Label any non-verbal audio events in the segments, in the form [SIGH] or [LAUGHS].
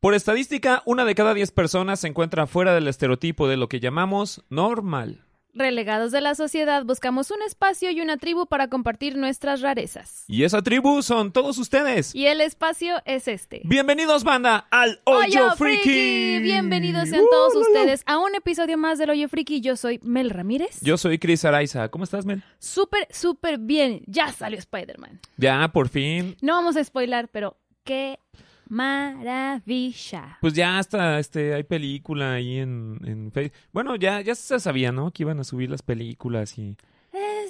Por estadística, una de cada diez personas se encuentra fuera del estereotipo de lo que llamamos normal. Relegados de la sociedad, buscamos un espacio y una tribu para compartir nuestras rarezas. Y esa tribu son todos ustedes. Y el espacio es este. Bienvenidos, banda, al Hoyo Friki. Uh. Bienvenidos sean todos ustedes a un episodio más del Hoyo Friki. Yo soy Mel Ramírez. Yo soy Chris Araiza. ¿Cómo estás, Mel? Súper, súper bien. Ya salió Spider-Man. Ya, por fin. No vamos a spoilar, pero qué maravilla. Pues ya hasta este hay película ahí en, en Facebook. Bueno, ya, ya se sabía, ¿no? Que iban a subir las películas y,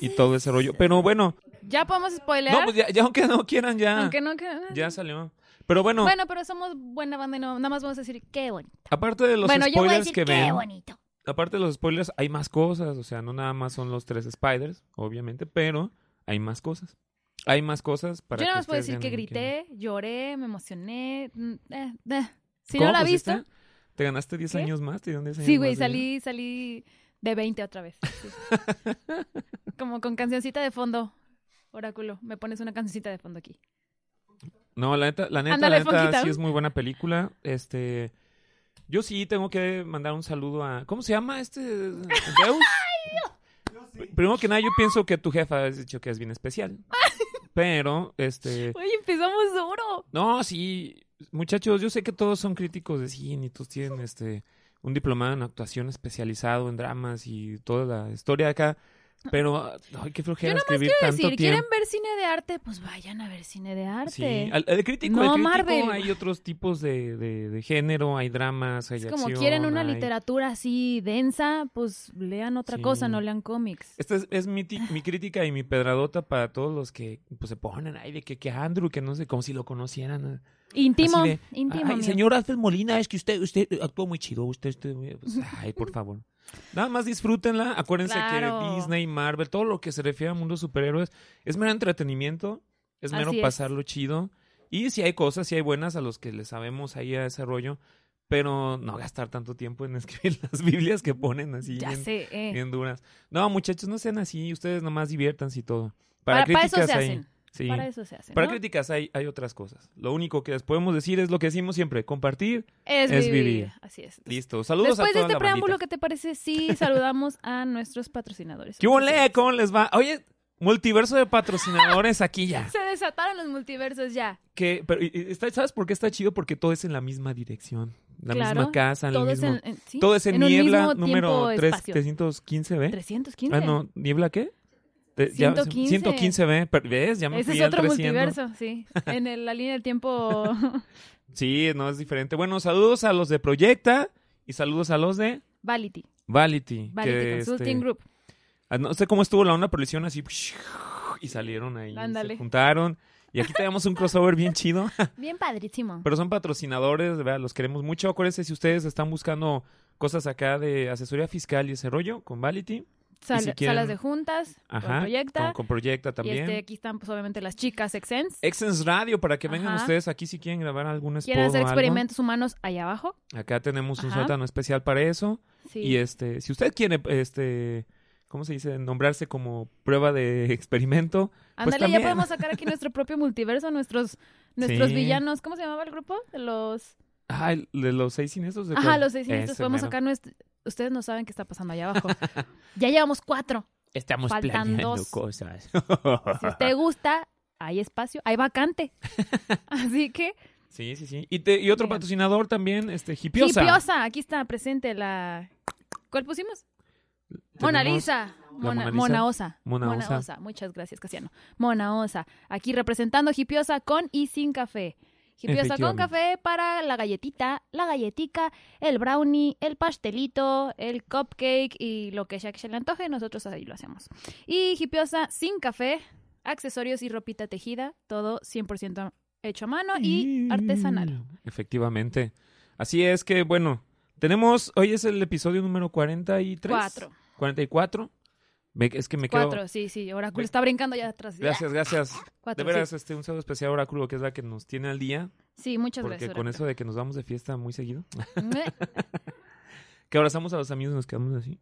y todo ese rollo. Pero bueno, ¿Ya podemos spoiler? no, pues ya, ya aunque no quieran, ya. Aunque no queda- Ya salió. Pero bueno, Bueno, pero somos buena banda y no, nada más vamos a decir qué bonito. aparte de los bueno, yo voy a spoilers decir que qué ven. bonito. aparte de los spoilers, hay más cosas. O sea, no nada más son los tres spiders, obviamente, pero hay más cosas. Hay más cosas para Yo nada que más puedo ustedes decir que vean aquí. grité, lloré, me emocioné. mm, eh, eh. Si ¿Cómo no la pusiste? visto, ¿Te ganaste 10 ¿Qué? años más? ¿Te dieron 10 años sí, güey, más de vida? salí, salí de 20 otra vez. [LAUGHS] sí. Como con cancioncita de fondo. Oráculo, me pones una cancioncita de fondo aquí. No, la neta, la neta, la Ándale, neta, Fonquita. sí es muy buena película. Este, yo sí tengo que mandar un saludo a, ¿cómo se llama este? [LAUGHS] Deus. Pr- Primero que nada, yo pienso que tu jefa has dicho que es bien especial, pero este, Oye, empezamos duro. no, sí, muchachos, yo sé que todos son críticos de cine y todos tienen este un diplomado en actuación especializado en dramas y toda la historia acá, pero ay, qué flojera Yo nada más escribir quiero tanto tiempo. decir, ¿quieren ver cine de arte? Pues vayan a ver cine de arte. Sí, al, al crítico, No, al crítico Marvel. hay otros tipos de, de- de género, hay dramas, hay Es como acción, quieren una hay- literatura así densa, pues lean otra Sí. cosa, no lean cómics. Esta es, es mi, ti- mi crítica y mi pedradota para todos los que pues, se ponen ahí de que, que Andrew, que no sé, como si lo conocieran. Íntimo, Así de, íntimo. ay, mío. señor Alfred Molina, es que usted, usted actúa muy chido, usted, usted muy- pues, ay, [LAUGHS] por favor. Nada más disfrútenla, acuérdense Claro. que Disney, Marvel, todo lo que se refiere al mundo de superhéroes es mero entretenimiento, es mero Así es. pasarlo chido. Y si hay cosas, si hay buenas a los que le sabemos ahí a ese rollo, pero no gastar tanto tiempo en [LAUGHS] escribir las Biblias que ponen así Ya bien, sé, eh. bien duras. No, muchachos, no sean así, ustedes nomás diviértanse y todo. Para, para eso críticas se hay- hacen. sí. Para eso se hacen. Para ¿no? críticas hay, hay otras cosas. Lo único que les podemos decir es lo que decimos siempre, compartir. Es, es vivir. vivir. Así es. Entonces, Listo. Saludos a Después de toda este la preámbulo, bandita. ¿qué te [LAUGHS] parece si saludamos a nuestros patrocinadores? ¿Qué ole? ¿Cómo les va? Oye, multiverso de patrocinadores aquí ya. Se desataron los multiversos ya. Que, pero, y- y está- ¿Sabes por qué está chido? Porque todo es en la misma dirección. La Claro, misma casa, en el Todo es mismo- en, en- sí, todo es en, un niebla mismo número tiempo, tres- espacio. 315B. 315. Ah, no, ¿niebla qué? Te- ya- 115. 115B, pero- ¿ves? Ya me Ese fui es al otro 300. multiverso, [LAUGHS] sí. En el- la línea del tiempo. [LAUGHS] Sí, no, es diferente. Bueno, saludos a los de Proyecta y saludos a los de Vality. Vality. Vality que, Consulting este, Group. Ah, No sé cómo estuvo la onda, pero le hicieron así y salieron ahí. Ándale. Se juntaron. Y aquí tenemos un crossover bien chido. [LAUGHS] Bien padrísimo. Pero son patrocinadores, de verdad, los queremos mucho. Acuérdense si ustedes están buscando cosas acá de asesoría fiscal y ese rollo con Vality. Sal- y si quieren- Salas de juntas. con Ajá. Proyecta. Con, con Proyecta y también. este, aquí están, pues, obviamente, las chicas Exens. Exens Radio, para que vengan Ajá. ustedes aquí si quieren grabar algún spot Quieren hacer o algo. experimentos humanos allá abajo. Acá tenemos un Ajá. sótano especial para eso. Sí. Y este, si usted quiere, este, ¿cómo se dice? Nombrarse como prueba de [LAUGHS] experimento. Pues Ándale, ya también. podemos sacar aquí nuestro propio [LAUGHS] multiverso, nuestros, nuestros Sí. villanos. ¿Cómo se llamaba el grupo? De Los. Ah, el de los seis siniestros. ¿de Ajá, cuál? los seis siniestros. Ese Podemos mero. sacar nuestro. Ustedes no saben qué está pasando [LAUGHS] allá abajo. ya llevamos cuatro. Estamos faltan planeando dos. cosas. Si [LAUGHS] usted gusta, hay espacio, hay vacante. Así que. Sí, sí, sí. Y, te- y otro Bien. patrocinador también, este, Hipiosa. Hipiosa, aquí está presente la. ¿Cuál pusimos? Mona Lisa. Mona Mona, Lisa. Mona Osa. Mona Osa. Osa. Muchas gracias, Casiano. Mona Osa. Aquí representando Hipiosa con y sin café. Hipios con Efectivamente. café para la galletita, la galletica, el brownie, el pastelito, el cupcake y lo que ya que se le antoje, nosotros ahí lo hacemos. Y hipiosa sin café, accesorios y ropita tejida, todo 100% hecho a mano y artesanal. Efectivamente. Así es que, bueno, tenemos. Hoy es el episodio número 43. Cuatro. 44. Me- es que me quedo. Cuatro, sí, sí. Oráculo Ve- está brincando ya atrás. Gracias, gracias. [LAUGHS] Cuatro, de veras, sí. este, un saludo especial a Oráculo, que es la que nos tiene al día. Sí, muchas porque gracias. con eso Oráculo. de que nos vamos de fiesta muy seguido, [LAUGHS] Eh, que abrazamos a los amigos y nos quedamos así.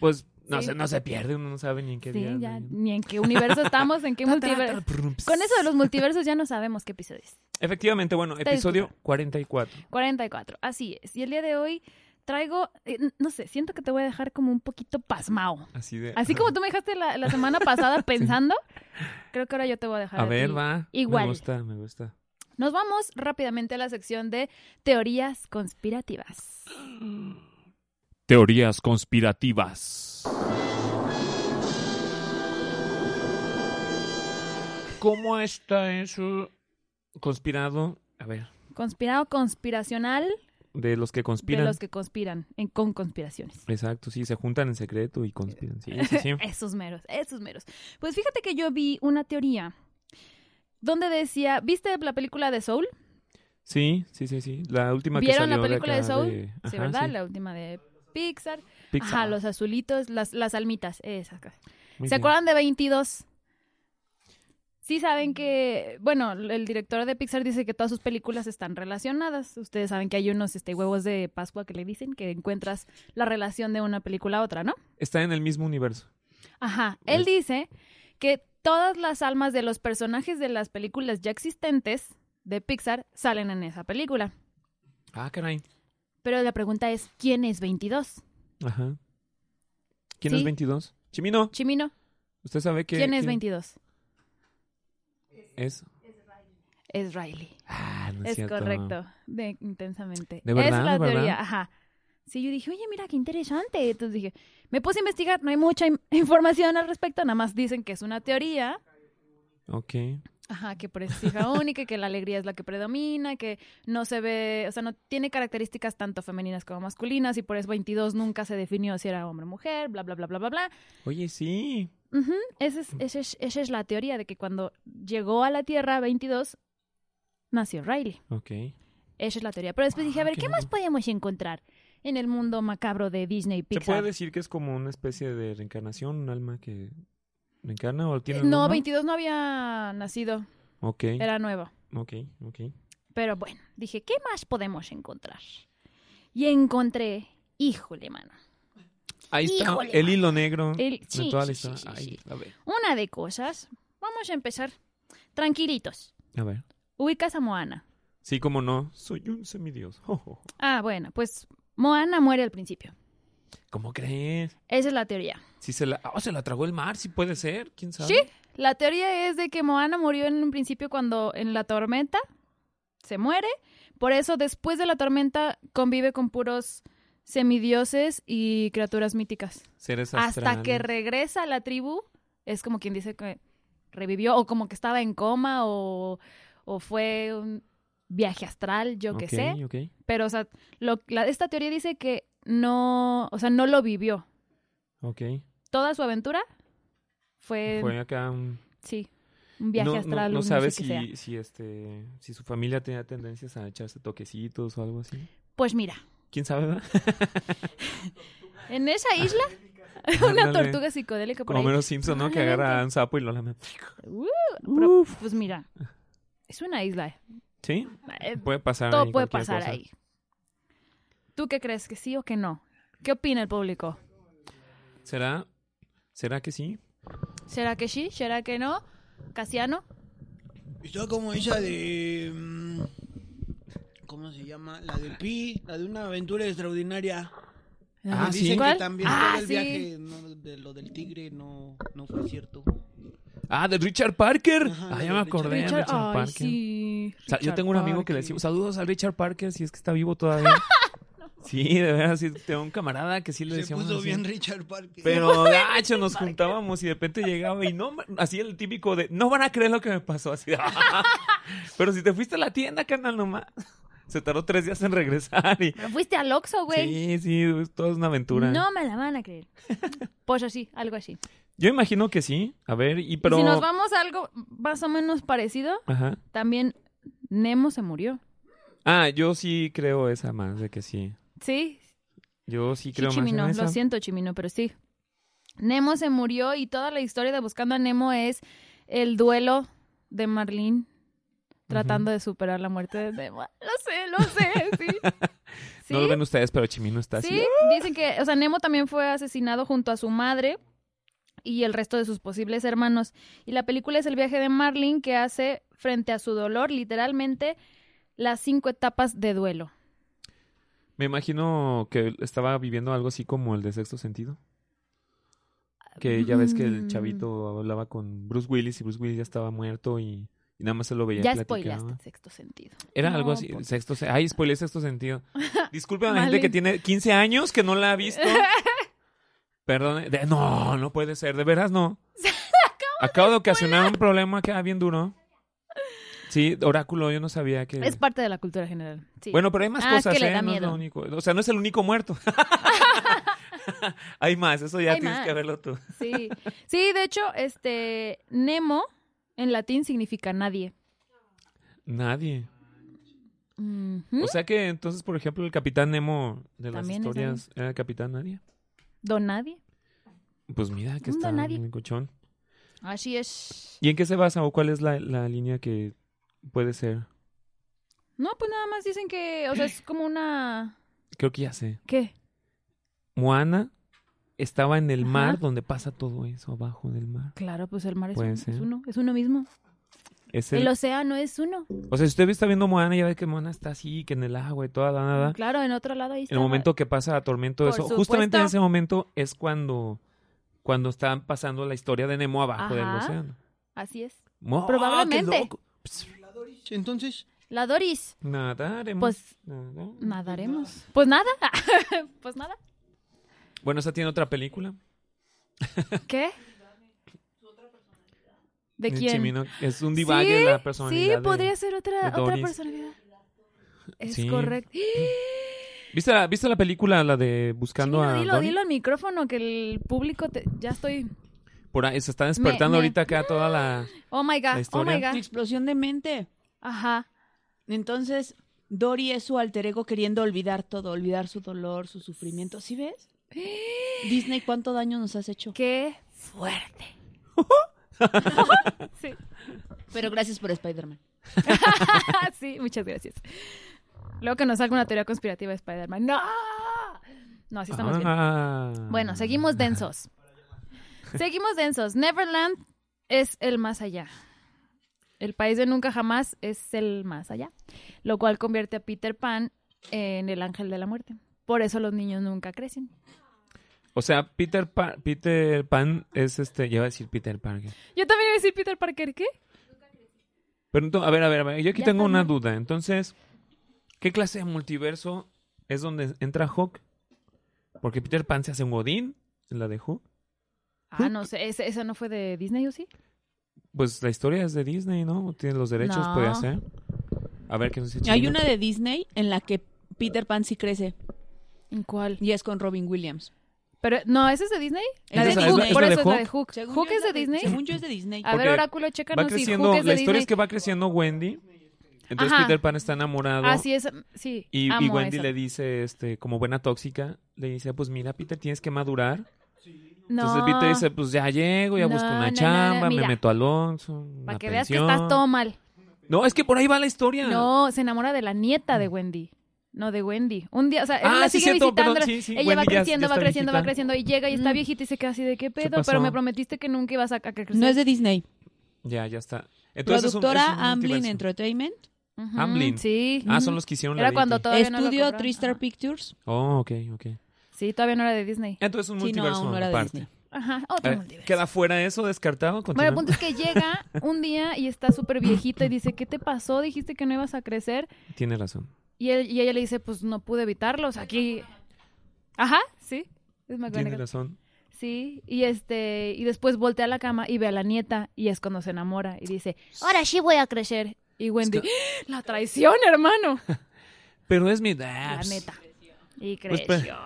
Pues no, Sí. se, no se pierde, uno no sabe ni en qué día. [LAUGHS] sí, ya, ni- ni en qué universo estamos, [LAUGHS] en qué Ta, ta, ta, multiverso. prum, ps. Con eso de los multiversos ya no sabemos qué episodio es. Efectivamente, bueno, Está episodio disculpa. 44. 44, así es. Y el día de hoy traigo, eh, n- no sé, siento que te voy a dejar como un poquito pasmao. Así de. Así como tú me dejaste la, la semana [LAUGHS] pasada pensando, creo que ahora yo te voy a dejar. A ti. ver, va. Igual. Me gusta, me gusta. Nos vamos rápidamente a la sección de teorías conspirativas. Teorías conspirativas. ¿Cómo está eso conspirado? A ver, Conspirado conspiracional de los que de conspiran. los que conspiran en, con conspiraciones. Exacto, sí, se juntan en secreto y conspiran. Sí, sí, [LAUGHS] sí. Esos meros, esos meros. Pues fíjate que yo vi una teoría donde decía, ¿viste la película de Soul? Sí, sí, sí, sí. La última que ¿Vieron la salió película de acá Soul? de- Sí, Ajá, ¿verdad? La última de Pixar. Pixar. Ajá, los azulitos, las, las almitas, esas. cosas. Muy ¿Se bien. acuerdan de 22? Sí saben que, bueno, el director de Pixar dice que todas sus películas están relacionadas. Ustedes saben que hay unos este, huevos de Pascua que le dicen que encuentras la relación de una película a otra, ¿no? Está en el mismo universo. Ajá. Él dice que todas las almas de los personajes de las películas ya existentes de Pixar salen en esa película. Ah, caray. Pero la pregunta es, ¿quién es 22? Ajá. ¿Quién Sí. es 22? Chimino, Chimino, usted sabe que... ¿quién es 22? Es... Es Riley. Ah, no es, Es cierto. correcto, de intensamente. ¿De verdad, es la de verdad? teoría, ajá. Sí, yo dije, oye, mira, qué interesante. Entonces dije, me puse a investigar, no hay mucha in- [LAUGHS] información al respecto, nada más dicen que es una teoría, Ok. ajá, que por eso es hija única, que la alegría es la que predomina, que no se ve, o sea, no tiene características tanto femeninas como masculinas y por eso 22 nunca se definió si era hombre o mujer, bla, bla, bla, bla, bla, bla. Oye, sí. Ujú, esa, es, esa es- esa es la teoría de que cuando llegó a la Tierra 22, nació Riley. Ok. Esa es la teoría. Pero después dije, a Ah, ver, qué ¿qué, más bueno. podemos encontrar en el mundo macabro de Disney y ¿Se Pixar? puede decir que es como una especie de reencarnación, un alma que reencarna o tiene Eh, un No, alma? 22 no había nacido, Ok, era nuevo. ok, ok. Pero bueno, dije, ¿qué más podemos encontrar? Y encontré, híjole, mano, Ahí está Híjole, el hilo negro El- de sí, toda sí, la sí, historia. sí, Ay, sí. A ver. una de cosas. Vamos a empezar tranquilitos. A ver. Ubicas a Moana. Sí, como no. Soy un semidios. [LAUGHS] Jo, jo, jo. Ah, bueno, pues Moana muere al principio. ¿Cómo crees? Esa es la teoría. Si se la... Oh, se la tragó el mar, sí puede ser. ¿Quién sabe? Sí. La teoría es de que Moana murió en un principio cuando en la tormenta se muere. Por eso después de la tormenta convive con puros semidioses y criaturas míticas. Seres Hasta que astrales. regresa a la tribu, es como quien dice que revivió o como que estaba en coma o, o fue un viaje astral, yo qué Ok, sé. ok. Pero, o sea, lo- la- esta teoría dice que no, o sea, no lo vivió. Ok. Toda su aventura fue, Fue acá un sí, un viaje no, no- astral. No, un sé sabes qué sea. si, si, este, si su familia tenía tendencias a echarse toquecitos o algo así. Pues mira, ¿Quién sabe? verdad? en esa isla, [LAUGHS] [LAUGHS] una Ah. Ándale. tortuga psicodélica [LAUGHS] por Como ahí. Homero Simpson, ¿no? Que agarra a un sapo y lo lame. Uh, pero, pues mira, es [LAUGHS] una isla. Sí, eh, puede pasar. Todo ahí puede cualquier pasar cosa. ahí. ¿Tú qué crees? ¿Que sí o que no? ¿Qué opina el público? ¿Será, ¿Será que sí? ¿Será que sí? ¿Será que no? ¿Casiano? Está como esa de. mm, ¿Cómo se llama? La de Pi, la de una aventura extraordinaria. Ah, Dicen sí. que ¿Cuál? también Ah, todo el sí. viaje no, de lo del tigre no, no fue cierto. Ah, de Richard Parker. Ajá, ah, de ya me acordé. de Richard, Richard ay, Parker. sí. O sea, yo Richard tengo un amigo que le Parker. [LAUGHS] decía saludos a Richard Parker si es que está vivo todavía. Sí, de verdad, sí, tengo un camarada que sí le Se decíamos. puso así. bien Richard Parker. Pero [LAUGHS] gacho, nos juntábamos y de repente llegaba y no, ma- así el típico de, no van a creer lo que me pasó, así. [LAUGHS] Pero si te fuiste a la tienda, canal, nomás. [LAUGHS] Se tardó tres días en regresar y... Pero fuiste al Oxxo, güey. Sí, sí, es toda una aventura. No me la van [LAUGHS] a creer. Pues así, algo así. Yo imagino que sí, a ver, y Y pero... Si nos vamos a algo más o menos parecido, Ajá. también Nemo se murió. Ah, yo sí creo esa más, de que sí. Sí, Yo sí sí, creo más en Chimino, esa. lo siento, Chimino, pero sí. Nemo se murió y toda la historia de Buscando a Nemo es el duelo de Marlene tratando de superar la muerte de Nemo. Ah, Lo sé, lo sé, sí. [LAUGHS] No lo ven ustedes, pero Chimino está así. Sí, dicen que, o sea, Nemo también fue asesinado junto a su madre y el resto de sus posibles hermanos. Y la película es el viaje de Marlin que hace frente a su dolor, literalmente, las cinco etapas de duelo. Me imagino que estaba viviendo algo así como el de sexto sentido. Que ya ves que el Mm. chavito hablaba con Bruce Willis y Bruce Willis ya estaba muerto y, y nada más se lo veía. y Ya platicaba. spoileaste en sexto sentido. Era algo No, así, pues. sexto sen- Ay, spoileé sexto [LAUGHS] sentido. Disculpen a la gente Vale. que tiene 15 años que no la ha [LAUGHS] visto. Perdón. de- no, no puede ser. De veras [LAUGHS] no. Acabo de ocasionar un problema que era bien duro. Sí, oráculo, yo no sabía que... Es parte de la cultura general. sí. Bueno, pero hay más Ah, es cosas, que le ¿eh? da no es lo miedo. único. O sea, no es el único [LAUGHS] muerto. [LAUGHS] hay más, eso ya Hay tienes más. que verlo tú. Sí. Sí, de hecho, este Nemo en latín significa nadie. Nadie. Ujú. O sea que entonces, por ejemplo, el Capitán Nemo de las ¿Mm? También es historias era el Capitán Nadie. Don nadie. Pues mira, que Un está don nadie. en el colchón. Así es. ¿Y en qué se basa o cuál es la, la línea que puede ser? No, pues nada más dicen que, o sea, es como una Creo que ya sé. ¿qué? Moana estaba en el Ajá. mar donde pasa todo eso, abajo del mar. Claro, pues el mar es, Puede un- ser. es uno, es uno mismo. Es El el- océano es uno. O sea, si usted está viendo Moana, ya ve que Moana está así, que en el agua y toda la nada. Claro, en otro lado ahí está. El momento que pasa a Tormento, Por eso. supuesto. Justamente en ese momento es cuando, cuando están pasando la historia de Nemo abajo del Ajá. océano. Así es. ¡Oh, qué Probablemente. loco! Entonces, La Doris, Nadaremos. Pues- Nadar- nadaremos. Pues nada. [LAUGHS] pues nada. Bueno, esa tiene otra película. [LAUGHS] ¿Qué? ¿De Eh, quién? Chimino, es un divague de la personalidad. Sí, de- podría ser otra, de otra Doris. personalidad. Es Sí. Mm, correcto. ¿Viste, la, ¿Viste la película, la de Buscando Chimino, a dilo, Dory? dilo al micrófono que el público te- ya estoy. Por ahí se está despertando me- ahorita acá toda la... Oh my La god, oh historia. my god. Explosión de mente. Ajá. Entonces, Dory es su alter ego queriendo olvidar todo, olvidar su dolor, su sufrimiento. ¿Sí ves? Disney, ¿cuánto daño nos has hecho? Qué fuerte. [LAUGHS] [LAUGHS] sí. Pero gracias por Spider-Man. Ah, sí, muchas gracias. Luego que nos salga una teoría conspirativa de Spider-Man. ¡No! No, así estamos bien. Ah. Bueno, seguimos densos. Seguimos densos. Neverland es el más allá. El país de nunca jamás es el más allá, lo cual convierte a Peter Pan en el ángel de la muerte. Por eso los niños nunca crecen. O sea, Peter Pan, Peter Pan es este... Ya iba a decir Peter Parker. Yo también iba a decir Peter Parker, ¿qué? Pero ento- a ver, a ver, a ver, yo aquí Ya tengo está, una ¿no? duda. Entonces, ¿qué clase de multiverso es donde entra Hawk? Porque Peter Pan se hace un godín en la de Hawk. Ah, no sé, ¿ese- ¿esa no fue de Disney o sí? Pues la historia es de Disney, ¿no? Tiene los derechos, No. puede hacer. A ver, ¿qué nos dice Hay Chino? una de Disney en la que Peter Pan sí crece ¿En cuál? y es con Robin Williams. Pero, no, ¿esa es de Disney? Ah, La de Es Hook, Hook, ¿es por la de eso es la de Hook? Hook. Según ¿Hook yo es de Disney? Según yo es de Disney. A ver, Porque oráculo, Va chécanos si creciendo, Hook es la de historia Disney. es que va creciendo Wendy. Entonces Ajá. Peter Pan está enamorado. Así es, Ah, sí. Y, y amo Wendy eso. le dice, este, como buena tóxica, le dice, pues mira, Peter, tienes que madurar. Entonces No, Peter dice, pues ya llego, ya No, busco no, no, una no, chamba, mira. me meto a Alonso, una Para que veas que pensión". estás todo mal. No, es que por ahí va la historia. No, se enamora de la nieta de Wendy. No, de Wendy. Un día, o sea, él Mm. Ah, la sí, sigue cierto, visitando. perdón, sí, sí, Ella va Wendy ya- creciendo, ya va está creciendo, va viejita. creciendo. Y llega y está Mm. viejita y se queda así de qué pedo. pasó? Pero me prometiste que nunca ibas a, a crecer. No es de Disney. Ya, ya está. es un- Productora es un Amblin multiverso. Entertainment. Ujú, Amblin. Sí. Ah, son los que hicieron la Era cuando Disney. todavía no lo Estudio compraban. Tristar Ajá. Pictures. Oh, ok, ok. Sí, todavía no era de Disney. Entonces es un Sí, no, multiverso aún no era de aparte. Disney. Ajá, A otro ver, multiverso. Eh, ¿Queda fuera eso descartado? Bueno, Continúa. el punto es que llega un día y está súper viejita y dice, ¿qué te pasó? Dijiste que no ibas a crecer. Tiene razón. Y, él, y ella le dice, pues no pude evitarlos aquí... Ajá, sí. Es Tiene McGonagall. razón. Sí, y este, y después voltea a la cama y ve a la nieta, y es cuando se enamora, y dice, ahora sí voy a crecer. Y Wendy, "¡Ah! la traición, [LAUGHS] hermano. Pero es mi... ah, La neta. Y Pues, creció.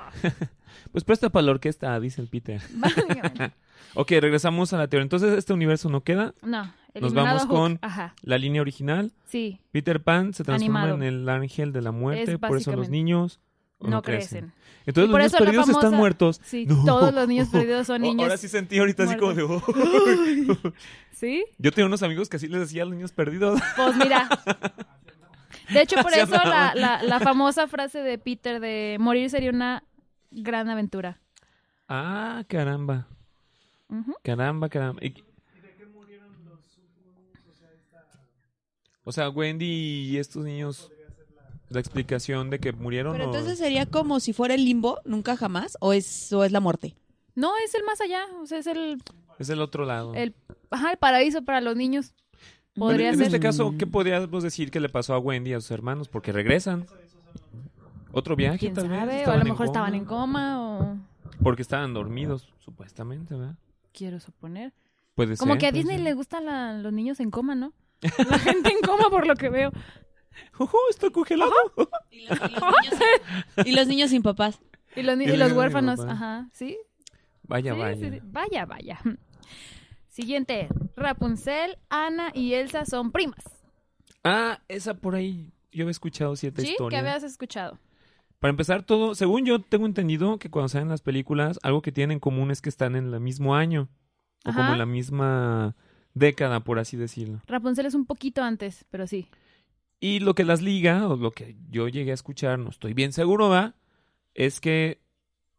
Pues [LAUGHS] presta para la orquesta, dice el Peter. Válgame. [LAUGHS] Ok, regresamos a la teoría. Entonces, este universo no queda. no, Nos eliminado vamos Hook. con- Ajá, La línea original. sí, Peter Pan se transforma Animado. en el ángel de la muerte. Es por eso los básicamente. niños no, crecen. Entonces, los Y por niños eso la perdidos están famosa- muertos. Sí, No. todos los niños perdidos son O- [LAUGHS] niños. Ahora sí sentí ahorita así como de... "Oh". Sí, [LAUGHS] Yo tenía unos amigos que así les decía a los niños perdidos. [LAUGHS] pues mira. De hecho, por Se eso la, amaban. la- la famosa frase de Peter de morir sería una gran aventura. ah, caramba. Ujú. Caramba, caramba. ¿Y, de qué murieron los O sea, Wendy y estos niños... La explicación de que murieron Pero o- entonces sería como si fuera el limbo, nunca jamás, o es, o es la muerte. No, es el más allá, o sea, es el, es el otro lado. el, ajá, el paraíso para los niños. Bueno, Podría en ser. este caso, ¿qué podríamos decir que le pasó a Wendy y a sus hermanos? Porque regresan. Otro viaje, ¿Quién tal vez. sabe? O a Estaban lo en mejor coma. estaban en coma o Porque estaban dormidos, supuestamente, ¿verdad? quiero suponer. Puede Como ser, que a puede Disney ser. le gustan la- los niños en [LAUGHS] coma, ¿no? La gente en coma por lo que veo. ¡Ujú, está congelado! Y los, niños, sin papás. Y los, ni- Y y los los niños en huérfanos, coma. ajá, sí. Vaya, sí, vaya. sí, sí. vaya, vaya. [LAUGHS] Siguiente, Rapunzel, Ana y Elsa son primas. Ah, esa por ahí. Yo había escuchado cierta ¿Sí? ¿Qué historia. habías escuchado? Para empezar todo, según yo tengo entendido que cuando salen las películas, algo que tienen en común es que están en el mismo año. O como Ajá. en la misma década, por así decirlo. Rapunzel es un poquito antes, pero sí. Y lo que las liga, o lo que yo llegué a escuchar, no estoy bien seguro, ¿va? Es que,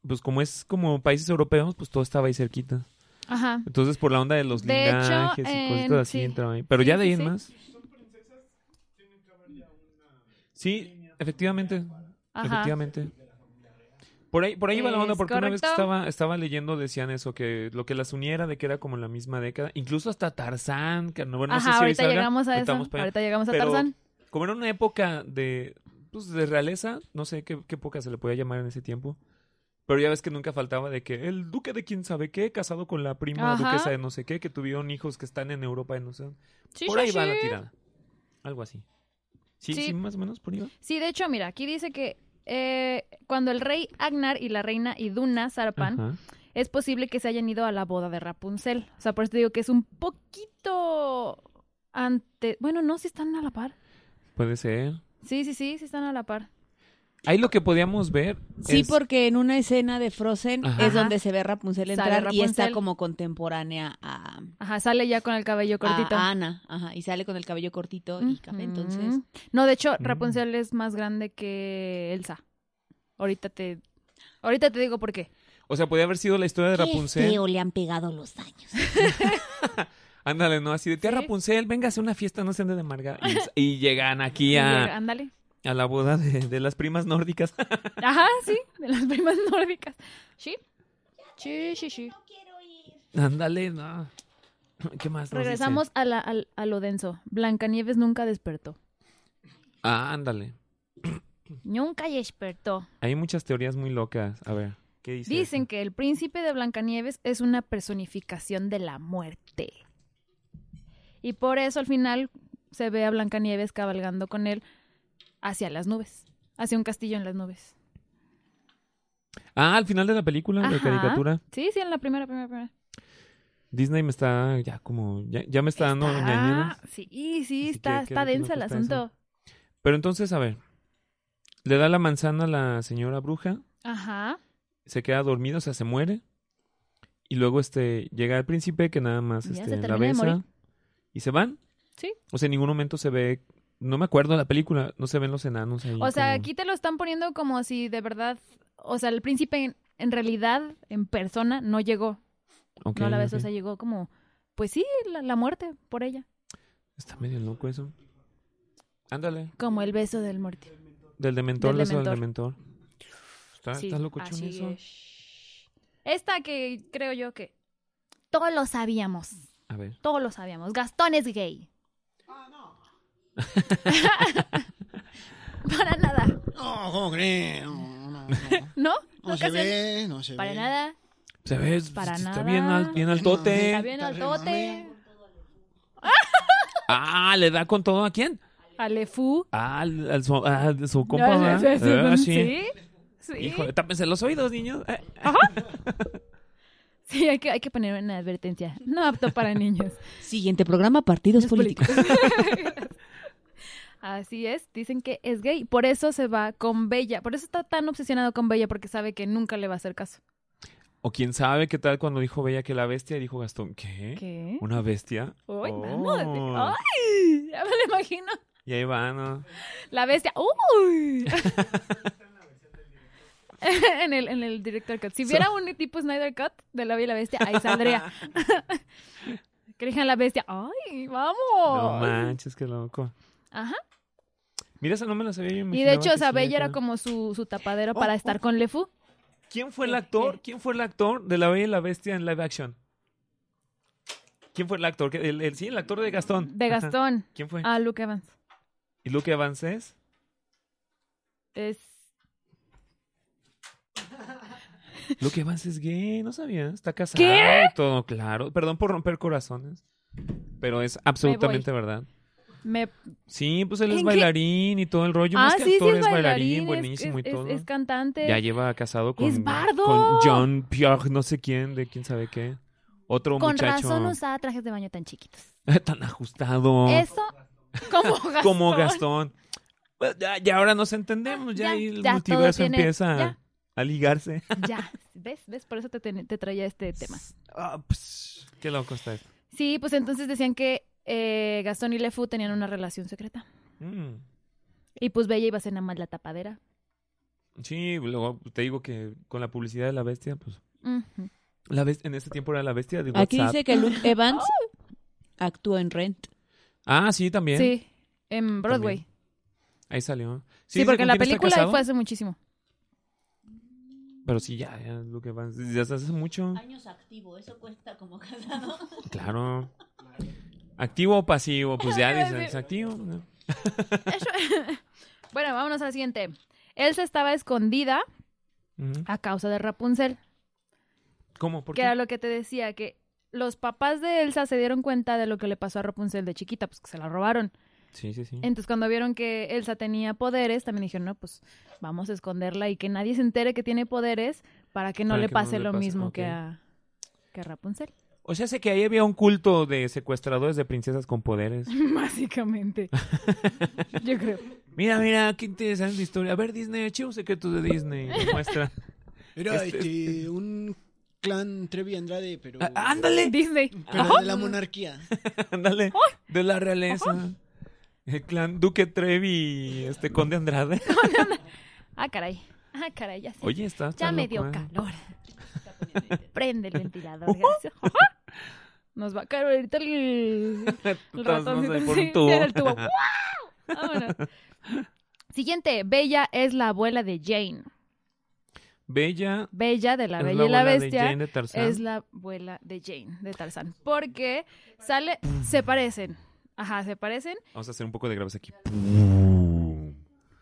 pues como es como países europeos, pues todo estaba ahí cerquita. Ajá. Entonces, por la onda de los De hecho, linajes y en- cositas así sí. entraba ahí. Pero Sí, ya de sí, ahí en sí. más. Sí, efectivamente. Ajá. Efectivamente. Por ahí, por ahí va la onda, Es porque una vez que correcto. estaba, estaba leyendo decían eso, que lo que las uniera de que era como la misma década, incluso hasta Tarzán, que no, bueno, no sé Ajá, si ahí ahorita salga, llegamos a ahorita eso. vamos para allá. Ahorita llegamos a Pero- Tarzán. Como era una época de, pues, de realeza, no sé qué, qué época se le podía llamar en ese tiempo, pero ya ves que nunca faltaba de que el duque de quién sabe qué, casado con la prima Ajá. duquesa de no sé qué, que tuvieron hijos que están en Europa y no sé. dónde. Sí, por sí, ahí va sí. la tirada. Algo así. Sí, sí, Sí. más o menos por ahí va. Sí, de hecho, mira, aquí dice que eh, cuando el rey Agnar y la reina Iduna zarpan, Ajá. es posible que se hayan ido a la boda de Rapunzel. O sea, por eso te digo que es un poquito antes. Bueno, no, si están a la par. Puede ser. Sí, sí, sí, sí están a la par. Ahí lo que podíamos ver Sí, es- porque en una escena de Frozen Ajá. es donde se ve Rapunzel Sale entrar y está Rapunzel. como contemporánea a, Ajá, sale ya con el cabello Ah, cortito. a Ana. Ajá, y sale con el cabello cortito y café, entonces. Ujú. No, de hecho, Mm. Rapunzel es más grande que Elsa. Ahorita te. Ahorita te digo por qué. O sea, podía haber sido la historia de Rapunzel. este le han pegado los años. Ándale, ¿no? Así de, tía Sí. Rapunzel, véngase a una fiesta, no se ande de amarga. [LAUGHS] Y, y llegan aquí Llega, a, Ándale. a la boda de, de las primas nórdicas. Ajá, sí, de las primas nórdicas. ¿Sí? Sí, sí, sí. Ándale, no. ¿Qué más? nos Regresamos a, la, al- a lo denso. Blancanieves nunca despertó. dice? Ah, ándale. Nunca despertó. Hay muchas teorías muy locas. A ver, ¿qué dice? Dicen que el príncipe de Blancanieves es una personificación de la muerte. Y por eso al final se ve a Blancanieves cabalgando con él hacia las nubes, hacia un castillo en las nubes. Ah, al final de la película, de Ajá. caricatura. Sí, sí, en la primera, primera, primera. Disney me está ya como... Ya, ya me está dando Está- ñañinas. Ah, sí, y sí, Así está, que creo está que no densa el cuesta asunto. Pero entonces, a ver. Le da la manzana a la señora bruja. Ajá. se queda dormido, o sea, se muere. Y luego este llega el príncipe que nada más Ya este, se la termina de morir. besa. Y se van. Sí. O sea, en ningún momento se ve, no me acuerdo de la película, no se ven los enanos ahí. O sea, como- aquí te lo están poniendo como si de verdad, o sea, el príncipe en, en realidad, en persona, no llegó. Ok, no la ves, ok. o sea, llegó como, pues sí, la- la muerte por ella. Está medio loco eso. Ándale, Como el beso del muerte. del dementor, Del beso del dementor. Está, Sí, Ah, está locochón así eso. es. Esta que creo yo que todos lo sabíamos. A ver. Todos lo sabíamos. Gastón es gay. [LAUGHS] Para nada. No, ¿cómo crees? No, no, no. No ¿No? Pues Nunca se se- ve, no se Para ve. nada. Se ve, Pues Para está nada. bien, al- bien altote. Está bien Está re altote. mamey. Ah, ¿le da con todo a quién? Alefú. Ah, al, al su, ah, de su compa, ¿verdad? Ah, sí. Sí. Sí. Híjole, tápense los oídos, niños. Eh, Sí, hay que, hay que poner una advertencia. No apto para niños. Siguiente programa, partidos Los políticos. políticos. Así es, dicen que es gay. Por eso se va con Bella. Por eso está tan obsesionado con Bella porque sabe que nunca le va a hacer caso. O quién sabe qué tal cuando dijo Bella que la bestia y dijo Gastón, ¿qué? ¿Qué? ¿Una bestia? ¡Ay, Oh. vamos! ¡Ay! Ya me lo imagino. Y ahí va, ¿no? La bestia. [LAUGHS] ¡Uy! en, el, en el director cut. Si viera un tipo Snyder Cut de la Bella y la Bestia, ahí [LAUGHS] saldría. que elijan la bestia. ¡Ay, vamos! No manches, qué loco. Ajá. Mira, esa no me la sabía yo. Y imaginaba de hecho, que o sea, sí, Bella era acá. como su, su tapadero Oh, para oh. estar con LeFou. ¿Quién fue el actor? ¿Quién fue el actor de La Bella y la Bestia en live action? ¿Quién fue el actor? ¿Qué- El, el- sí, el actor de Gastón. De Ajá. Gastón Ah. ¿Quién fue? a Luke Evans. ¿Y Luke Evans es? Es... Luke Evans es gay, no sabía. Está casado ¿Qué? y todo, claro. Perdón por romper corazones. Pero es absolutamente verdad. Me... Sí, pues él ¿En es qué? bailarín y todo el rollo. ah, más que sí, sí, actor, es bailarín. es- buenísimo es, y es- todo. es cantante. ya lleva casado con, ¡Es bardo! con John Pierre, no sé quién, de quién sabe qué. Otro con muchacho [LAUGHS] razón usaba trajes de baño tan chiquitos. tan ajustado. Eso, [LAUGHS] como Gastón. como Gastón. Pues ya, ya ahora nos entendemos, ya, Ya, ahí el ya, todo multiverso tiene- empieza a- ya. a ligarse. [LAUGHS] Ya, ¿ves? ¿Ves? Por eso te, ten- te traía este tema. [LAUGHS] Ah, pues, qué loco está esto. Sí, pues entonces decían que eh, Gastón y Lefou tenían una relación secreta. Mm. Y pues Bella iba a ser nada más la tapadera. Sí, luego te digo que con la publicidad de la bestia, pues. Ujú. La bes- en ese tiempo era la bestia de Aquí WhatsApp. dice que Luke [LAUGHS] Evans actúa en Rent. Ah, sí, también. Sí, en Broadway. Ahí salió. Sí, dice porque con la quién está película casado, fue hace muchísimo. Pero sí, ya, ya, lo que van. Ya se hace mucho. Años activo, eso cuesta como casado. [LAUGHS] Claro. Activo o pasivo, pues ya [LAUGHS] Iba a dices, decir- activo. ¿no? Bueno, vámonos a la siguiente. Elsa estaba escondida Ujú. a causa de Rapunzel, ¿Cómo? ¿Por que qué? era lo que te decía, que los papás de Elsa se dieron cuenta de lo que le pasó a Rapunzel de chiquita, pues que se la robaron. Sí, sí, sí. Entonces cuando vieron que Elsa tenía poderes, también dijeron, no, pues vamos a esconderla y que nadie se entere que tiene poderes para que no Para le que no pase le lo pase, mismo ok. que a que a Rapunzel. [LAUGHS] O sea, sé que ahí había un culto de secuestradores de princesas con poderes. [LAUGHS] [LAUGHS] Básicamente. Yo creo. Mira, mira, qué interesante historia. A ver, Disney, archivos secretos de Disney. [LAUGHS] me Muestra. Era Este- este, un clan Trevi Andrade, pero. Ah, ándale, Disney. pero de la monarquía. [LAUGHS] ándale. De la realeza. El clan Duque Trevi, este Conde [LAUGHS] Andrade. Ah, caray. Ah, caray, ya sé. Oye, está. está ya me loco, dio ¿eh? calor. Prende [LAUGHS] el ventilador, gracias. Ajá. Nos va a caer ahorita el, el Todos vamos a ir ratoncito. por [LAUGHS] Sí, un sí, tubo. era [LAUGHS] el tubo. ¡Guau! Vámonos. Siguiente, Bella es la abuela de Jane. Bella. Bella de la es Bella y la abuela de Bestia Jane de Tarzán. es la abuela de Jane, de Tarzán. Porque sale, se parecen. Ajá, se parecen. Vamos a hacer un poco de grabes aquí.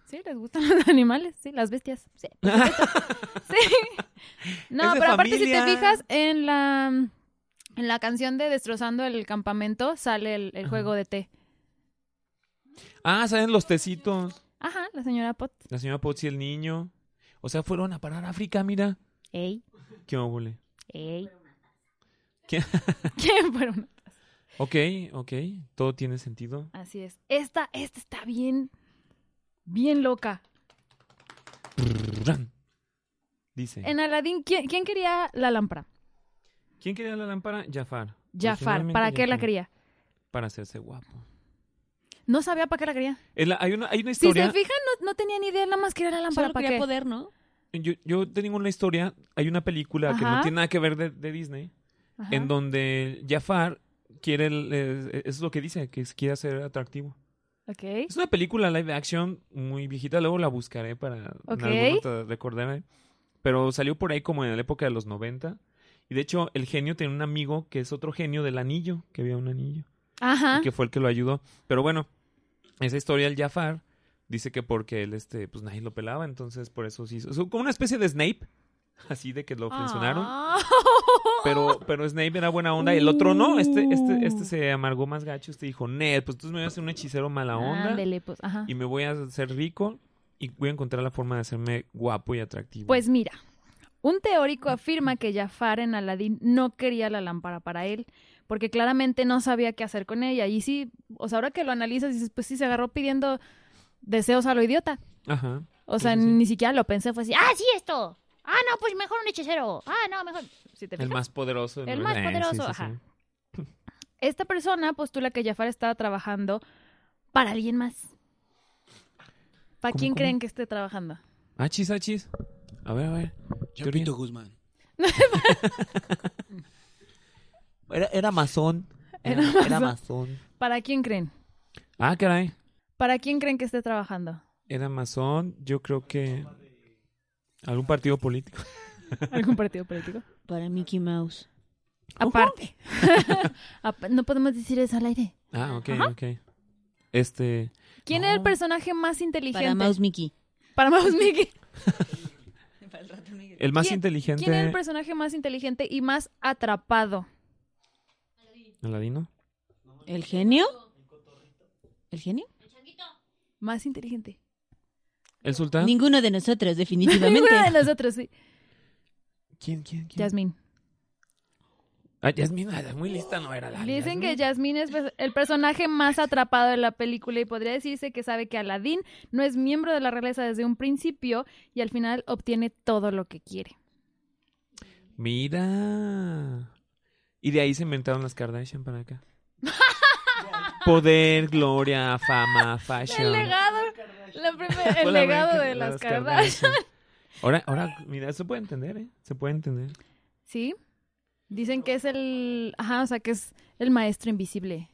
Sí, les gustan [LAUGHS] los animales, sí, las bestias. Sí. [LAUGHS] por supuesto. Sí. No, Es de pero aparte si familia. te fijas en la en la canción de Destrozando el campamento sale el, el juego de té. Ah, ¿saben los tecitos? Ajá, la señora Pot. La señora Potsi, el niño. O sea, fueron a parar a África, mira. Ey, Qué óvole. ey. ¿Qué? [LAUGHS] ¿Qué? Bueno, Ok, ok. Todo tiene sentido. así es. Esta, esta está bien, bien loca. Ran. Dice. En Aladdin, ¿quién, quién quería la lámpara? ¿Quién quería la lámpara? Jafar. Jafar. Originalmente ¿Para qué la Pues Jafar. quería? Para hacerse guapo. No sabía para qué la quería. En la- hay, una, hay una Si historia. se fijan, no, no tenía ni idea, nada más quería la lámpara. Solo ¿Para quería qué? poder, ¿no? yo, yo tengo una historia. Hay una película que no Ajá. tiene nada que ver de, de Disney. Ajá. En donde Jafar quiere. el- eh, eh, es lo que dice, que es- quiere ser atractivo. Ok. Es una película live action muy viejita. Luego la buscaré para Ok. en algún momento recordarme. Pero salió por ahí como en la época de los 90. Y de hecho, el genio tiene un amigo que es otro genio del anillo. Que había un anillo. Ajá. y que fue el que lo ayudó. Pero bueno, esa historia del Jafar dice que porque él, este, pues nadie lo pelaba, entonces por eso sí. Es como una especie de Snape, [LAUGHS] así de que lo funcionaron. Ah. Pero, pero Snape era buena onda y el otro no. Este, este, este se amargó más gacho. Este dijo, Ned, pues tú me vas a hacer un hechicero mala onda Ándele, pues, ajá. y me voy a hacer rico y voy a encontrar la forma de hacerme guapo y atractivo. Pues mira, un teórico afirma que Jafar en Aladín no quería la lámpara para él, porque claramente no sabía qué hacer con ella. Y sí, o sea, ahora que lo analizas, dices, pues sí, se agarró pidiendo deseos a lo idiota. Ajá. O sea, Sí, sí, sí. ni siquiera lo pensé, fue así, ah, sí, esto. Ah, no, pues mejor un hechicero. Ah, no, mejor. Si te El fijas, más poderoso. El ¿no? más Eh, sí, poderoso, sí, sí. ajá. Esta persona postula que Jafar estaba trabajando para alguien más. ¿Para ¿Cómo, quién cómo? creen que esté trabajando? Achis, achis. A ver, a ver. Chapito Guzmán. Era, era masón. Era Era- era masón. ¿Para quién creen? Ah, caray. ¿Para quién creen que esté trabajando? Era masón, yo creo que... Algún partido político. ¿Algún partido político? Para Mickey Mouse. Aparte. [LAUGHS] Apa- no podemos decir eso al aire. Ah, ok, ok. Este... ¿Quién era el personaje más inteligente? Para Mouse Mickey. Para Mouse [LAUGHS] Mickey. El más ¿Quién- inteligente... ¿Quién era el personaje más inteligente y más atrapado? ¿Aladino? ¿El genio? ¿El genio? Más inteligente. ¿El sultán? Ninguno de nosotros, definitivamente. Ninguno de nosotros, sí. ¿Quién, quién, quién? Jasmine. Ah, Yasmín, ah, muy lista no era la Dicen que Yasmín. Jasmine es pues, el personaje más atrapado de la película y podría decirse que sabe que Aladdin no es miembro de la realeza desde un principio y al final obtiene todo lo que quiere. Mira. Y de ahí se inventaron las Kardashian para [LAUGHS] acá. Poder, gloria, fama, fashion. El legado, la primer- Fue el la legado bronca de las Kardashian. Kardashian. Ahora, ahora, mira, se puede entender, ¿eh? Se puede entender. ¿Sí? Dicen que es el. Ajá, o sea, que es el maestro invisible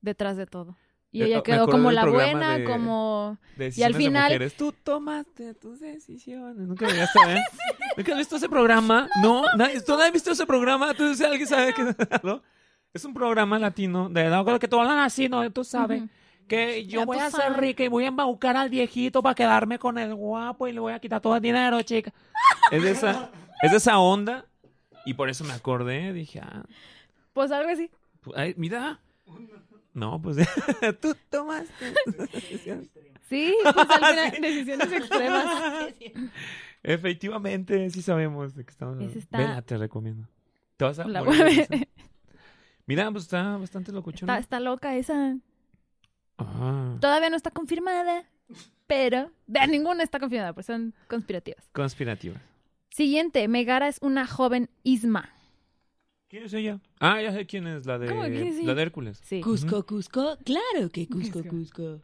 detrás de todo. Y Eh, ella me quedó acordé como del la programa buena, de- como. Decisiones de final- mujeres. Tú tomaste tus decisiones. Nunca llegaste a ver. ¿eh? [LAUGHS] ¿Nunca has visto ese programa? No, nadie, ¿tú nadie ha visto ese programa? Entonces, si alguien sabe que. [LAUGHS] ¿no? Es un programa latino de algo que todos hablan así, ¿no? Tú sabes. Ujú. Que yo Ya voy tú a ser sabes. rica y voy a embaucar al viejito para quedarme con el guapo y le voy a quitar todo el dinero, [LAUGHS] chica. Es de esa, es de esa onda. Y por eso me acordé. Dije, ah, Pues algo así. pu- ay, mira. No, pues [LAUGHS] tú tomaste. tus [LAUGHS] decisiones. [LAUGHS] Sí, pues al final, decisiones extremas. Efectivamente, sí sabemos de qué estamos Ese hablando. está- Vela, te recomiendo. Te vas a La morir de voy a risa. Mira, pues está bastante locochona. [LAUGHS] Está, está loca esa. Ah, Todavía no está confirmada, pero. De ninguna está confirmada, pues son conspirativas. conspirativa. Siguiente, Megara es una joven Isma. ¿Quién es ella? Ah, ya sé quién es, la de, ¿Cómo que quién es ella? la de Hércules. Sí. Cusco, Cusco. Claro que Cusco, Cusco. Cusco.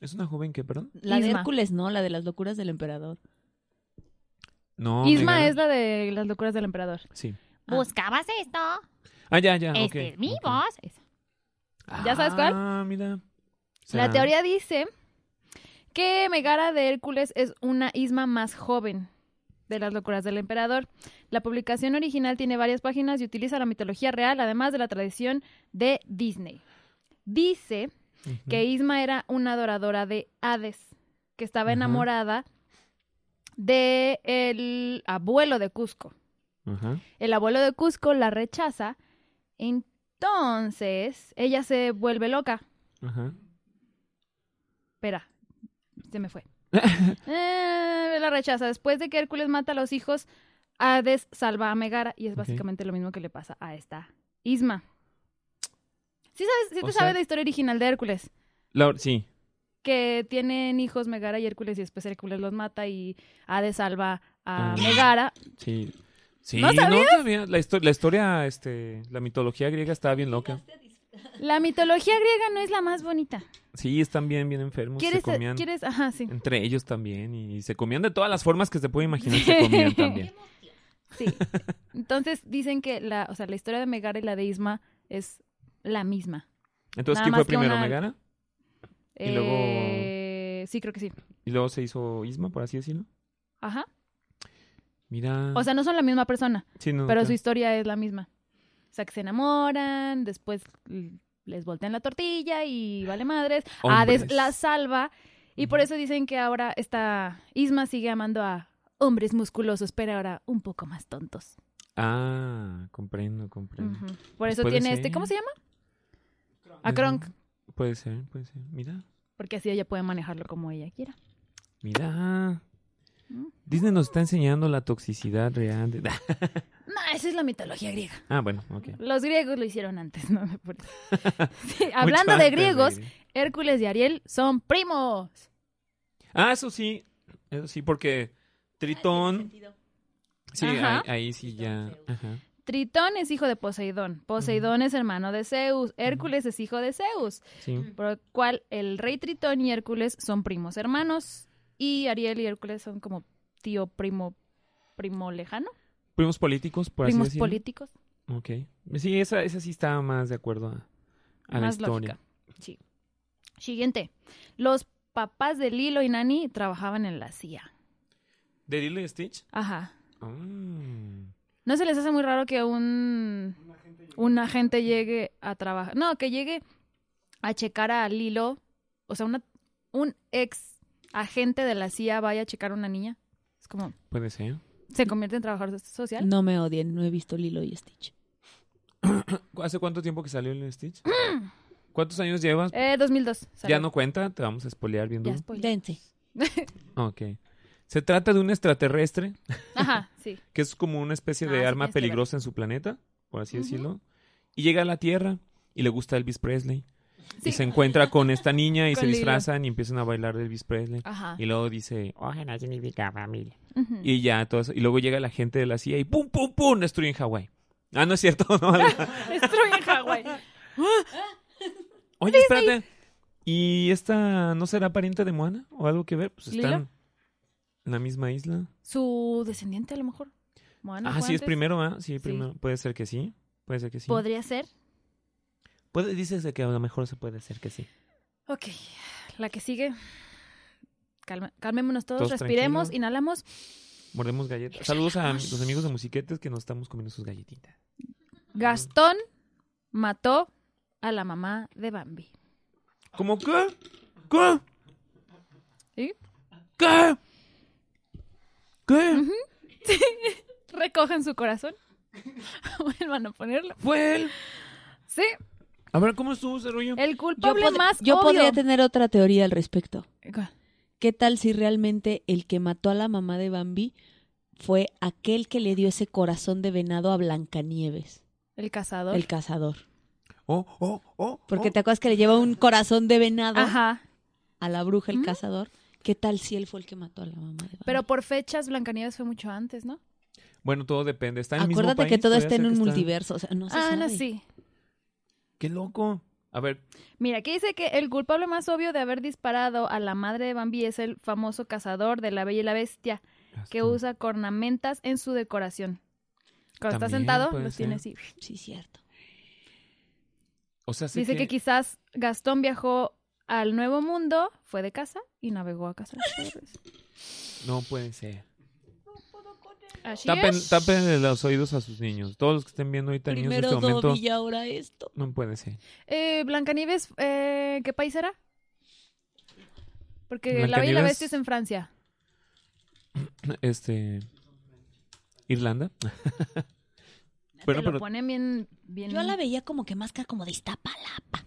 ¿Es una joven que, perdón? La de Isma. Hércules, no, la de las locuras del emperador. No. Isma Megara. es la de las locuras del emperador. Sí. ¿Buscabas esto? Ah, ya, ya. este ok, es mi ok. voz. Esa. ¿Ya sabes cuál? Ah, mira. La Será- teoría dice que Megara de Hércules es una isma más joven de las locuras del emperador. La publicación original tiene varias páginas y utiliza la mitología real, además de la tradición de Disney. Dice Ujú. que Isma era una adoradora de Hades, que estaba Ajá. enamorada de el abuelo de Cusco. Ajá. El abuelo de Cusco la rechaza, entonces ella se vuelve loca. Ajá. Espera, se [LAUGHS] me fue. Eh, la rechaza. Después de que Hércules mata a los hijos, Hades salva a Megara y es Ok. básicamente lo mismo que le pasa a esta Isma. Sí, sabes, sí O te sea- sabes la historia original de Hércules, La- sí. que tienen hijos Megara y Hércules y después Hércules los mata y Hades salva a Ah. Megara. Sí. Sí, ¿No sabías? sabía. La, histo- la historia, este, la mitología griega estaba bien loca. La mitología griega no es la más bonita. Sí, están bien, bien enfermos. Se ¿Quieres, eh, comían quieres, ajá, sí. entre ellos también. Y se comían de todas las formas que se puede imaginar. Se comían [LAUGHS] también. Sí. Entonces dicen que la, o sea, la historia de Megara y la de Isma es la misma. Entonces, Nada ¿quién fue más que primero? una- ¿Megara? Y luego- Eh, Sí, creo que sí. Y luego se hizo Isma, por así decirlo. Ajá. Mira. O sea, no son la misma persona, Sí, no, pero claro. su historia es la misma. O sea, que se enamoran, después l- les voltean la tortilla y vale madres. Hades Hombres. la salva Y por eso dicen que ahora esta Isma sigue amando a hombres musculosos, pero ahora un poco más tontos. Ah, comprendo, comprendo. Ujú. Por eso Pues Puede tiene este, ser. ¿cómo se llama? A Kronk, Puede ser, puede ser. Mira, porque así ella puede manejarlo como ella quiera. mira. Mm. Disney nos está enseñando la toxicidad real. de- [LAUGHS] No, esa es la mitología griega. Ah, bueno, ok. Los griegos lo hicieron antes, [LAUGHS] ¿no? [LAUGHS] me importa. Sí, Mucho hablando de antes griegos, Hércules y Ariel son primos. Ah, eso sí. Eso sí, porque Tritón. Sí, Ajá. ahí, ahí sí ya. Ajá. Tritón es hijo de Poseidón. Poseidón es hermano de Zeus. Hércules es hijo de Zeus. Sí. Por lo cual el rey Tritón y Hércules son primos hermanos. Y Ariel y Hércules son como tío, primo, primo lejano. Primos políticos, por primos así decirlo. políticos. Ok. Sí, esa, esa sí está más de acuerdo a, a la Más historia. Siguiente. Los papás de Lilo y Nani trabajaban en la CIA. ¿De Lilo y Stitch? Ajá. Ah. ¿No se les hace muy raro que un, un agente llegue a trabajar? No, que llegue a checar a Lilo. O sea, una, un ex agente de la CIA vaya a checar a una niña. Es como, Puede ser. ¿se convierte en trabajador social? No me odien, no he visto Lilo y Stitch. ¿Hace cuánto tiempo que salió el [CLEARS THROAT] Stitch? ¿Cuántos años llevas? Eh, 2002. salió. Ya no cuenta, te vamos a spoilear bien Ya duro. spoiler. Dense. Ok. Se trata de un extraterrestre Ajá, sí. que es como una especie Ah, de sí arma tienes que ver. peligrosa en su planeta, por así Ujú. decirlo. Y llega a la Tierra y le gusta Elvis Presley. Sí. Y se encuentra con esta niña y [LAUGHS] Con se Lilo. disfrazan y empiezan a bailar de Elvis Presley. Ajá. Y luego dice, ojalá significa familia. Ujú. [LAUGHS] Y ya, todo eso. Y luego llega la gente de la CIA y ¡pum, pum, pum! Destruyen Hawái. Ah, no es cierto. [LAUGHS] No, [LAUGHS] Destruyen Hawái. Oye, espérate. ¿Y esta no será pariente de Moana o algo que ver? Pues ¿Lilo? están en la misma isla. Su descendiente, a lo mejor. Moana ah, fue sí, es antes. primero, ¿ah? Sí, primero. Puede ser que sí. Puede ser que sí. Podría ser. Puede, dices de que a lo mejor se puede ser que sí. Ok, la que sigue. Calma- calmémonos todos, Todos respiremos, tranquilos. inhalamos. Mordemos galletas. Saludos a los amigos de Musiquetes que nos estamos comiendo sus galletitas. Gastón mató a la mamá de Bambi. ¿Cómo qué? ¿Qué? ¿Sí? ¿Qué? ¿Qué? Recogen su corazón. [LAUGHS] Vuelvan a ponerlo. ¿Fue él? Sí, A ver, ¿cómo estuvo ese rollo? Eh, el Yo, culpable pod- más yo este- obvio. podría tener otra teoría al respecto. ¿Cuál? ¿Qué tal si realmente el que mató a la mamá de Bambi fue aquel que le dio ese corazón de venado a Blancanieves, El cazador. el cazador? Oh, oh, oh. Porque oh. te acuerdas que le lleva un corazón de venado Ajá. a la bruja el Ujú. cazador. ¿Qué tal si él fue el que mató a la mamá de Bambi? Pero por fechas, Blancanieves fue mucho antes, ¿no? Bueno, todo depende. Está en el mismo acuérdate que país, todo podría está en ser un que multiverso, o sea, no se ah, sabe. no, sí. Qué loco. A ver, Mira, aquí dice que el culpable más obvio de haber disparado a la madre de Bambi es el famoso cazador de la Bella y la Bestia. que Gastón. usa cornamentas en su decoración. Cuando está También sentado, puede los tiene ser. así. Sí, cierto. O sea, sé Dice que... quizás Gastón viajó al Nuevo Mundo, fue de casa y navegó a casa. [LAUGHS] No puede ser. Así Tapen, es. tapen los oídos a sus niños. Todos los que estén viendo ahorita niños en Primero este momento. Dobby y ahora esto. No puede ser. Eh, Blancanieves, eh, ¿qué país era? Porque la Bella y la Blancanieves- Bestia es en Francia. Este. Irlanda. [LAUGHS] Pero, Bueno, pero- lo ponen bien, bien. Yo la veía como que máscara como de Iztapalapa.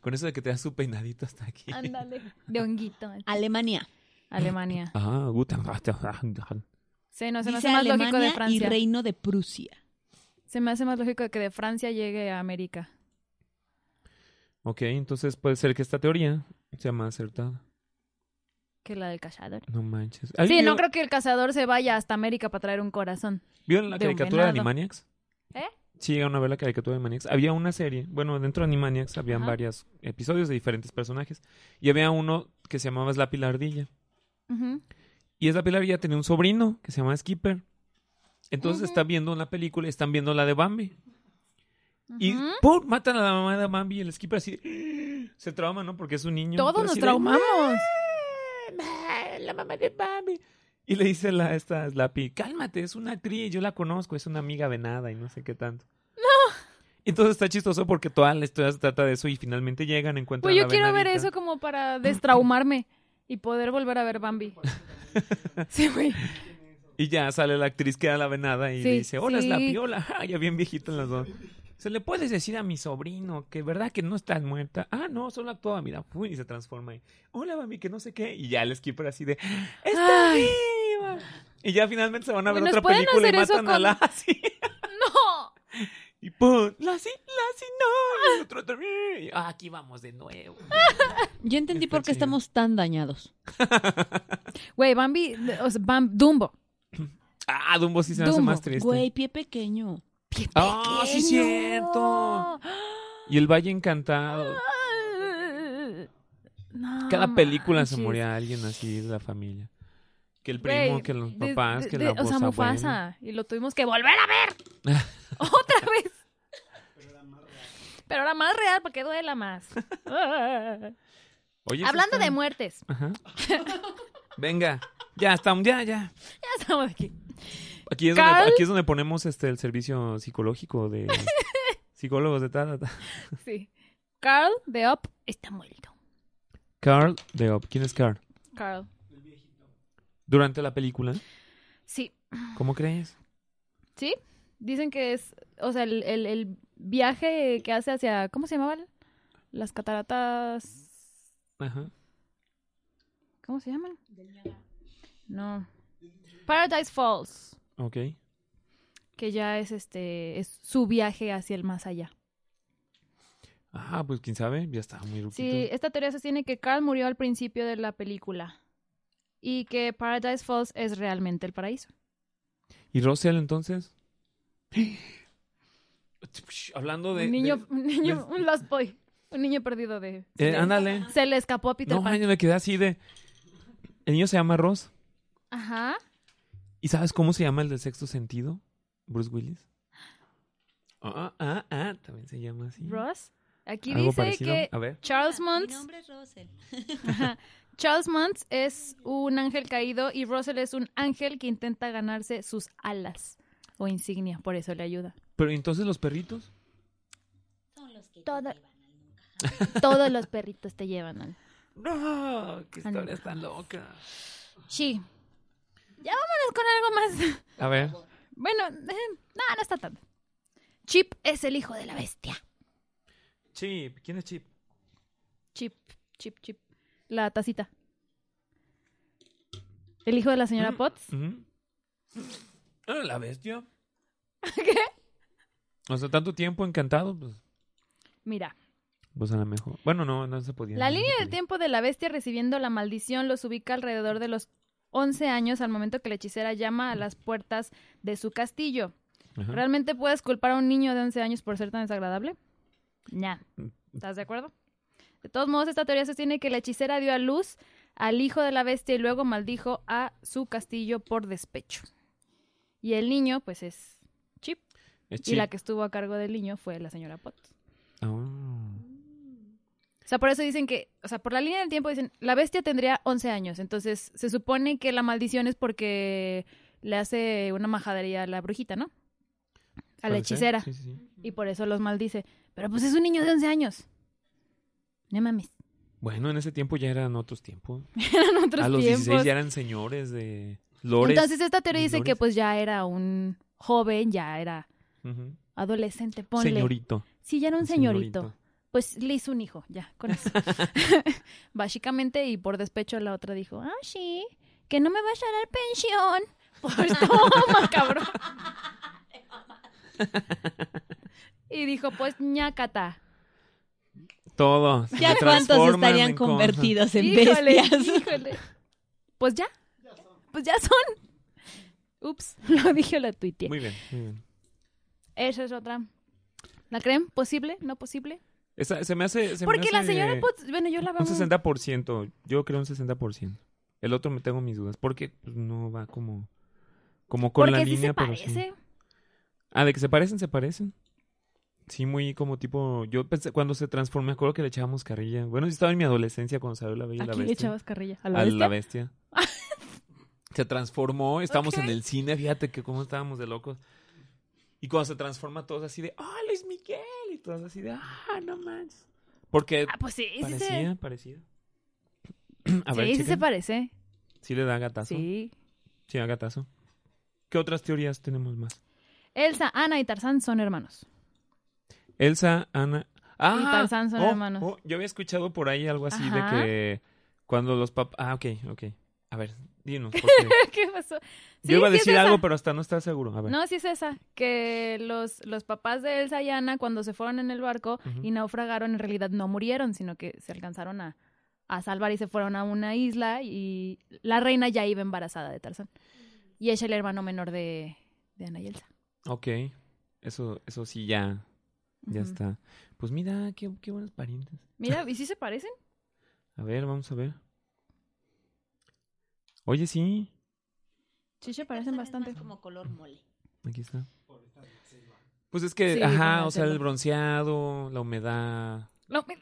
Con eso de que te das su peinadito hasta aquí. Ándale. De honguito. [LAUGHS] Alemania. Alemania. Ah, Guten Sí, no, se me Dice hace más Alemania lógico de y Francia. Reino de Prusia. Se me hace más lógico que de Francia llegue a América. Ok, entonces puede ser que esta teoría sea más acertada. Que la del cazador. No manches. Sí, ¿Alguien no vio- creo que el cazador se vaya hasta América para traer un corazón. ¿Vieron la de un caricatura de venado. Animaniacs? ¿Eh? Sí, llegaron a ver la caricatura de Animaniacs. Había una serie, bueno, dentro de Animaniacs habían Ajá. varios episodios de diferentes personajes. Y había uno que se llamaba Slappy la Ardilla. Ujú. Y esa Pilar ya tenía un sobrino que se llama Skipper. Entonces Ujú. está viendo una película y están viendo la de Bambi. Y Ujú. ¡pum! matan a la mamá de Bambi y el Skipper así se trauma, ¿no? Porque es un niño. Todos Pero nos así de, traumamos. "Ah, La mamá de Bambi. Y le dice la, esta Slappy, cálmate, es una cría, yo la conozco, es una amiga venada y no sé qué tanto. No. Y Entonces está chistoso porque toda la historia se trata de eso y finalmente llegan, encuentran Pues yo la quiero ver venadita. eso como [CLEARS THROAT] para destraumarme y poder volver a ver Bambi. [LAUGHS] Sí, güey. [GASPS] Y ya sale la actriz que da la venada y Sí, dice, hola, es la sí. piola. [LAUGHS] Ja, ya bien viejitas las dos. ¿Se le puedes decir a mi sobrino que verdad que no estás muerta? Ah, no, solo actuaba, mira, uy, y se transforma ahí. Hola, mami, que no sé qué. Y ya el skipper así de, ¡Está Ay. viva! Y ya finalmente se van a Güey, ver ¿nos otra pueden película y hacer eso matan a con- Lassie. [LAUGHS] ¡No! Y pum, Lassie, Lassie, no. Y el otro también. Y, ah, aquí vamos de nuevo. Yo entendí Está por qué chido. estamos tan dañados. Güey, Bambi, o sea, Bam- Dumbo. Ah, Dumbo sí se me hace Dumbo, más triste. Güey, pie pequeño. Ah, sí, Pequeño. cierto. Y el Valle Encantado. [GASPS] No Cada película se manches. moría alguien así de la familia. Que el Güey, primo, que los de- papás, de- que de- la O sea, voz Mufasa. Y lo tuvimos que volver a ver. [LAUGHS] Otra vez. Pero era más real para que [LAUGHS] duela más. Ah. Oye, eso Hablando está- de muertes. Ajá. Venga, ya estamos, ya, ya. Ya estamos aquí. Aquí es, donde, Carl. aquí es donde ponemos este el servicio psicológico [LAUGHS] de psicólogos de tal, Sí. Carl de Up está muerto. Carl de Op. ¿Quién es Carl? Carl. Durante la película, Sí. ¿cómo crees? Sí. Dicen que es, o sea, el, el- el viaje que hace hacia, ¿cómo se llamaban? Las cataratas. Ajá. ¿Cómo se llaman? No. Paradise Falls. Ok. que ya es este es su viaje hacia el más allá. Ah, pues quién sabe, ya está muy ruquito. Sí, esta teoría sostiene que Carl murió al principio de la película y que Paradise Falls es realmente el paraíso. ¿Y Russell entonces? [GASPS] Hablando de. un niño, de- un, niño de- un lost boy, un niño perdido de Eh, ándale. se le escapó a Peter No, Pan. yo me quedé así de. El niño se llama Ross. Ajá. ¿Y sabes cómo se llama el del sexto sentido? Bruce Willis. Ah, ah, ah, también se llama así. Ross, aquí Algo dice parecido. que A ver. Charles Muntz, es Russell. ajá, Charles Muntz es un ángel caído y Russell es un ángel que intenta ganarse sus alas o insignia, por eso le ayuda. Pero entonces los perritos. Son los que Todo- [LAUGHS] Todos los perritos te llevan al No, qué Ah, no. historia tan loca. Sí. Ya vámonos con algo más. [LAUGHS] A ver. Bueno, eh, no, no está tanto. Chip es el hijo de la bestia. Chip, ¿quién es Chip? Chip, chip, chip. La tacita. El hijo de la señora Mm. Potts. Ujú. Ah, La bestia. [LAUGHS] ¿Qué? O sea, tanto tiempo encantado, pues, Mira, pues a lo mejor. Bueno, no, no se podía. la no se línea del podía. tiempo de la bestia recibiendo la maldición los ubica alrededor de los 11 años al momento que la hechicera llama a las puertas de su castillo. Ajá. ¿Realmente puedes culpar a un niño de 11 años por ser tan desagradable? Nah. Mm. ¿Estás de acuerdo? De todos modos, esta teoría sostiene que la hechicera dio a luz al hijo de la bestia y luego maldijo a su castillo por despecho. Y el niño, pues es Chip. Es Y Chip. la que estuvo a cargo del niño fue la señora Potts. Ah. O sea, por eso dicen que, o sea, por la línea del tiempo dicen, la bestia tendría 11 años. Entonces, se supone que la maldición es porque le hace una majadería a la brujita, ¿no? A la Puede ser. hechicera. Sí, sí, sí. y por eso los maldice. Pero pues es un niño de 11 años. No mames. [LAUGHS] Bueno, en ese tiempo ya eran otros tiempos. Eran otros a los tiempos. 16 ya eran señores de lores. Entonces esta teoría y dice que lores. pues ya era un joven, ya era Ujú. adolescente, ponle. Señorito. Sí, ya era un señorito. señorito. Pues le hizo un hijo, ya, con eso. [LAUGHS] Básicamente, y por despecho la otra dijo, ah, sí, que no me vas a dar pensión. Pues toma, cabrón. y dijo, pues ñacata. Todo. se ¿Ya cuántos transforman estarían en cosa. convertidos en Híjole, [LAUGHS] bestias? híjole. Pues ya. Pues ya son. Ups, [LAUGHS] lo dije la tuiteé. Muy bien, muy bien. Esa es otra. ¿La creen? ¿Posible? ¿No posible? Esa- se me hace. se me Porque la hace señora Potts, bueno, yo la veo. Un 60%. Yo creo un 60%. El otro me tengo mis dudas. Porque pues, no va como. Como con porque la sí línea. se pero sí. parece. Ah, de que se parecen, se parecen. Sí, muy como tipo. Yo pensé cuando se transformó, me acuerdo que le echábamos carrilla. Bueno, yo estaba en mi adolescencia cuando salió la bella y Aquí la le bestia. echabas carrilla. ¿A la a bestia? la [LAUGHS] bestia. se transformó, estábamos Ok. en el cine, fíjate que cómo estábamos de locos. Y cuando se transforma todos así de, ¡ah, Luis Miguel! Y todas así de, ah, no manches. Porque Ah, pues sí, sí se, parecía, parecía. [CLEARS THROAT] A ver, sí, sí se chequen. parece. Sí le da gatazo. Sí. Sí. da gatazo. ¿Qué otras teorías tenemos más? Elsa, Ana y Tarzán son hermanos. [LAUGHS] Elsa, Ana. Ah, Tarzán son oh, hermanos. oh, yo había escuchado por ahí algo así Ajá. de que cuando los papás. Ah, ok, ok. A ver, [LAUGHS] dinos. Porque ¿Qué pasó? Sí, yo iba a sí es decir esa. algo, pero hasta no estaba seguro. A ver. No, sí es esa, que los, los papás de Elsa y Ana cuando se fueron en el barco Ujú. y naufragaron, en realidad no murieron, sino que se alcanzaron a, a salvar y se fueron a una isla y la reina ya iba embarazada de Tarzán. Y ella era el hermano menor de, de Ana y Elsa. Ok. Eso, eso sí, ya. Ya Ujú. está. Pues mira, qué, qué buenos parientes. Mira, ¿y sí se parecen? A ver, vamos a ver. Oye, sí. Sí se parecen bastante. como color mole. Aquí está. Pues es que, Sí, por ajá, la o sea, el selva. bronceado, la humedad, No, mira,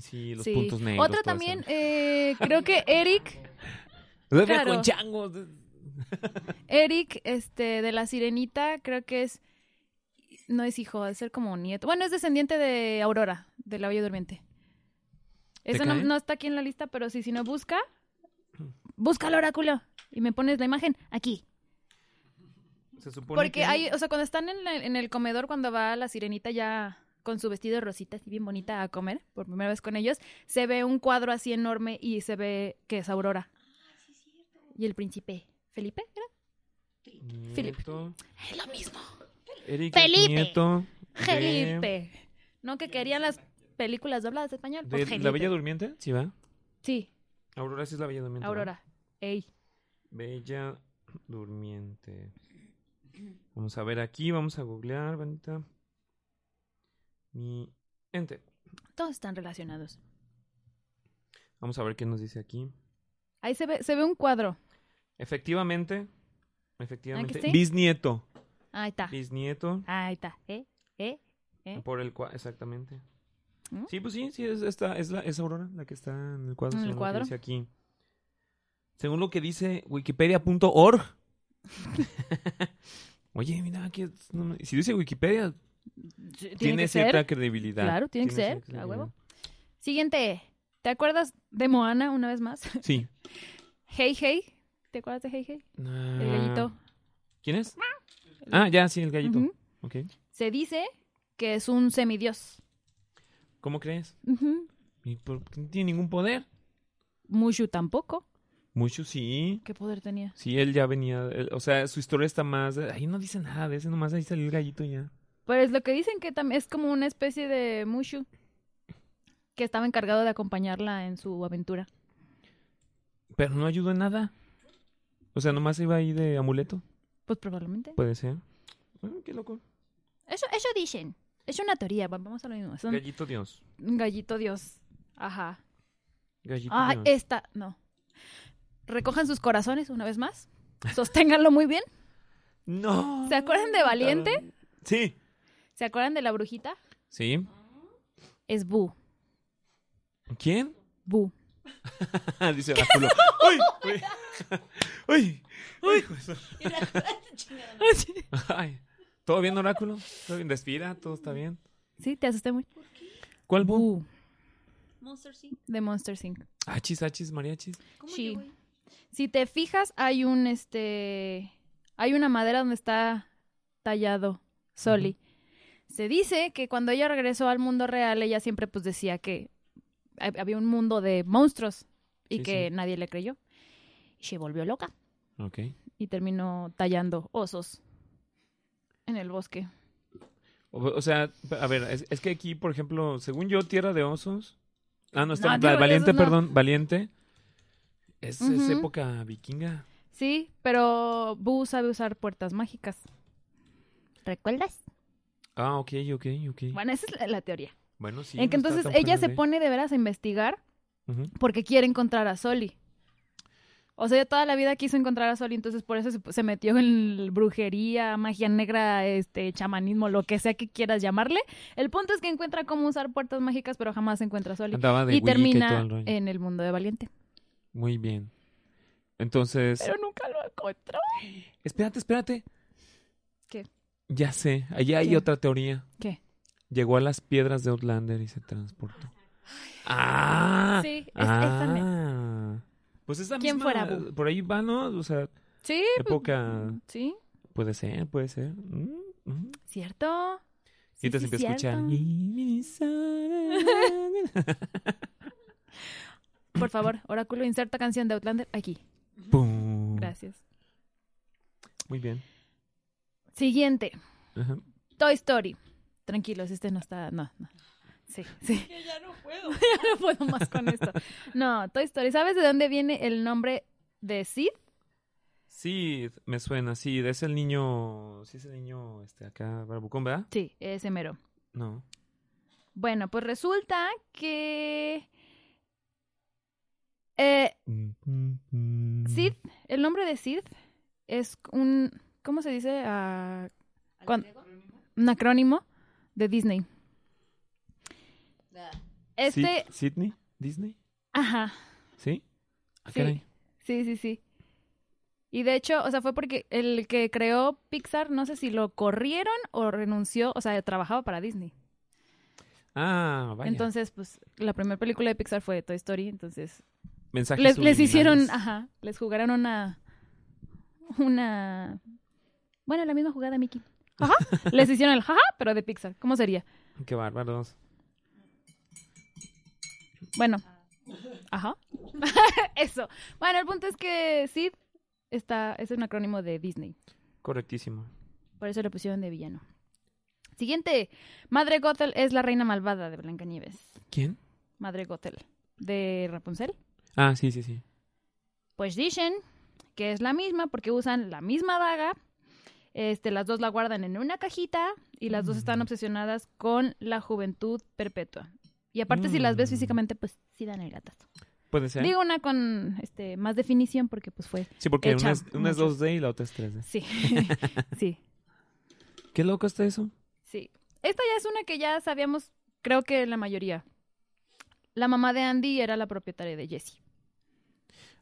sí, los sí. puntos negros. Otra todo también, eso. eh, creo que Eric, Los veo claro. con changos. Eric, este, de la sirenita, creo que es, no es hijo, es ser como nieto. Bueno, es descendiente de Aurora, de la Bella Durmiente. ¿Te Eso no, cae? no está aquí en la lista, pero sí, si no busca, busca el oráculo y me pones la imagen aquí. Se supone que- Porque hay, o sea, cuando están en, la- en el comedor, cuando va la sirenita ya con su vestido rosita, así bien bonita a comer, por primera vez con ellos, se ve un cuadro así enorme y se ve que es Aurora. Y el príncipe, ¿Felipe? ¿Era? Philip. Nieto, Es lo mismo. Eric Felipe. es nieto de- Felipe. No, que querían las películas dobladas de español. De, Pues ¿La Felipe. Bella Durmiente? Sí, va. Sí, Aurora sí es la Bella Durmiente. ¿va? Aurora. Ey. Bella Durmiente. Vamos a ver aquí, vamos a googlear, Vanita. Mi ente. Todos están relacionados. Vamos a ver qué nos dice aquí. Ahí se ve, se ve un cuadro. Efectivamente, efectivamente. ¿Ah, sí. Bisnieto. Ahí está. Bisnieto. Ahí está. Eh, eh, ¿Eh? Por el cuadro, exactamente. ¿Mm? Sí, pues sí, sí, es, esta, es, la, es Aurora la que está en el cuadro. En el según lo que cuadro. dice aquí. Según lo que dice [LAUGHS] wikipedia.org. [LAUGHS] Oye, mira, aquí es- no me- si dice Wikipedia, tiene, tiene que cierta ser. credibilidad. Claro, tiene que ser, cierta a huevo. credibilidad. Siguiente. ¿Te acuerdas de Moana una vez más? [LAUGHS] Sí. hey, hey. ¿Te acuerdas de Hey, hey? Ah, El gallito. ¿Quién es? Ah, ya, sí, el gallito. Ujú. Ok. Se dice que es un semidios. ¿Cómo crees? Ujú. ¿Y por qué no tiene ningún poder? Mushu tampoco. Mucho sí. ¿Qué poder tenía? Sí, él ya venía, él- o sea, su historia está más, ahí no dice nada de ese, nomás ahí salió el gallito ya. Pues lo que dicen que también es como una especie de Mushu que estaba encargado de acompañarla en su aventura. Pero no ayudó en nada. O sea, nomás iba ahí de amuleto, Pues probablemente. puede ser. Mm, qué loco. Eso, eso dicen. Es una teoría, va- vamos a lo mismo. Es un Gallito Dios. gallito Dios. Ajá. Gallito Ah, Dios. esta, no. Recojan sus corazones una [LAUGHS] vez más. Sosténganlo muy bien. No. ¿Se acuerdan Ah. de Valiente? Sí. ¿Se acuerdan de la brujita? Sí. Es Bu. ¿Quién? Bu. Ah, dice Báculo. ¡Uy! ¡Uy! [LAUGHS] ¡Uy! ¡Uy! hijo de su- [LAUGHS] Ah, Ay. ¿Todo bien, Oráculo? ¿Todo bien? Despira, todo está bien. Sí, te asusté muy. ¿Cuál bu? Bu. De Monster Inc. Achis, achis, mariachis. Sí. Si te fijas, hay un este. Hay una madera donde está tallado Soli. Se dice que cuando ella regresó al mundo real, ella siempre pues decía que hab- había un mundo de monstruos y Sí, que sí. nadie le creyó. Y se volvió loca Ok. y terminó tallando osos en el bosque. O, o sea, a ver, es, es que aquí, por ejemplo, según yo, Tierra de Osos. Ah, no, está. No, Tierra de valiente, Osos no. perdón, Valiente. Es, es Ujú. época vikinga. Sí, pero Boo sabe usar puertas mágicas. ¿Recuerdas? Ah, ok, ok, ok. Bueno, Bueno, esa es la, la teoría. sí. en que no está entonces tan ella fuera se de- pone de veras a investigar Ujú. porque quiere encontrar a Soli. O sea, ella toda la vida quiso encontrar a Soli, entonces por eso se, se metió en brujería, magia negra, este, chamanismo, lo que sea que quieras llamarle. El punto es que encuentra cómo usar puertas mágicas, pero jamás encuentra a Soli. Andaba de Wicca Y y todo termina el rollo. en el mundo de Valiente. Muy bien. Entonces. Pero nunca lo encontró. Espérate, espérate. ¿Qué? Ya sé, allá hay ¿Qué? otra teoría. ¿Qué? llegó a las piedras de Outlander y se transportó. Ah, Sí, es- es también. ah. Pues esa ¿Quién misma- fuera, Boo? por ahí va, ¿no? O sea, Sí, época, sí, puede ser, puede ser. Mm, mm. cierto. Y Sí, te sí, empieza a escuchar. cierto. Por favor, Oráculo, inserta canción de Outlander aquí. [LAUGHS] Pum. Gracias. Muy bien. Siguiente. Ajá. Toy Story. Tranquilos, este no está. No, no. Sí, [LAUGHS] sí. Que ya no puedo. Ya no puedo más con esto. No, Toy Story. ¿Sabes de dónde viene el nombre de Sid? Sí, me suena, sí, es el niño, sí es el niño este acá barbucón, ¿verdad? Sí, ese mero. No. Bueno, pues resulta que. Eh, Sid, el nombre de Sid es un. ¿Cómo se dice? Ah, cuan- un acrónimo de Disney. Este. Sid- Sidney, Disney, Ajá. ¿sí? Ah, Sí. caray. Sí, sí, sí. Y de hecho, o sea, fue porque el que creó Pixar, no sé si lo corrieron o renunció, o sea, trabajaba para Disney. Ah, vaya. Entonces, pues, la primera película de Pixar fue Toy Story, entonces Mensajes les, les subliminales. Ah, hicieron, ajá, les jugaron una, una, bueno, la misma jugada, Mickey. Ajá. les hicieron el jaja, pero de Pixar. ¿Cómo sería? Qué bárbaros. Bueno, ajá. [LAUGHS] Eso. Bueno, el punto es que Sid está, es un acrónimo de Disney. Correctísimo. Por eso le pusieron de villano. Siguiente. Madre Gothel es la reina malvada de Blancanieves. ¿Quién? Madre Gothel. ¿De Rapunzel? Ah, sí, sí, sí. Pues dicen que es la misma porque usan la misma daga. Este, las dos la guardan en una cajita y las dos están Mm. obsesionadas con la juventud perpetua. Y aparte, si las ves Mm. físicamente, pues sí dan el gatazo. Puede ser. Digo una con este, más definición porque pues fue. sí, porque hecha una es, una es muchos- 2D y la otra es 3D. [LAUGHS] Sí. sí. Qué loco está eso. Sí. Esta ya es una que ya sabíamos, creo que la mayoría. La mamá de Andy era la propietaria de Jessie.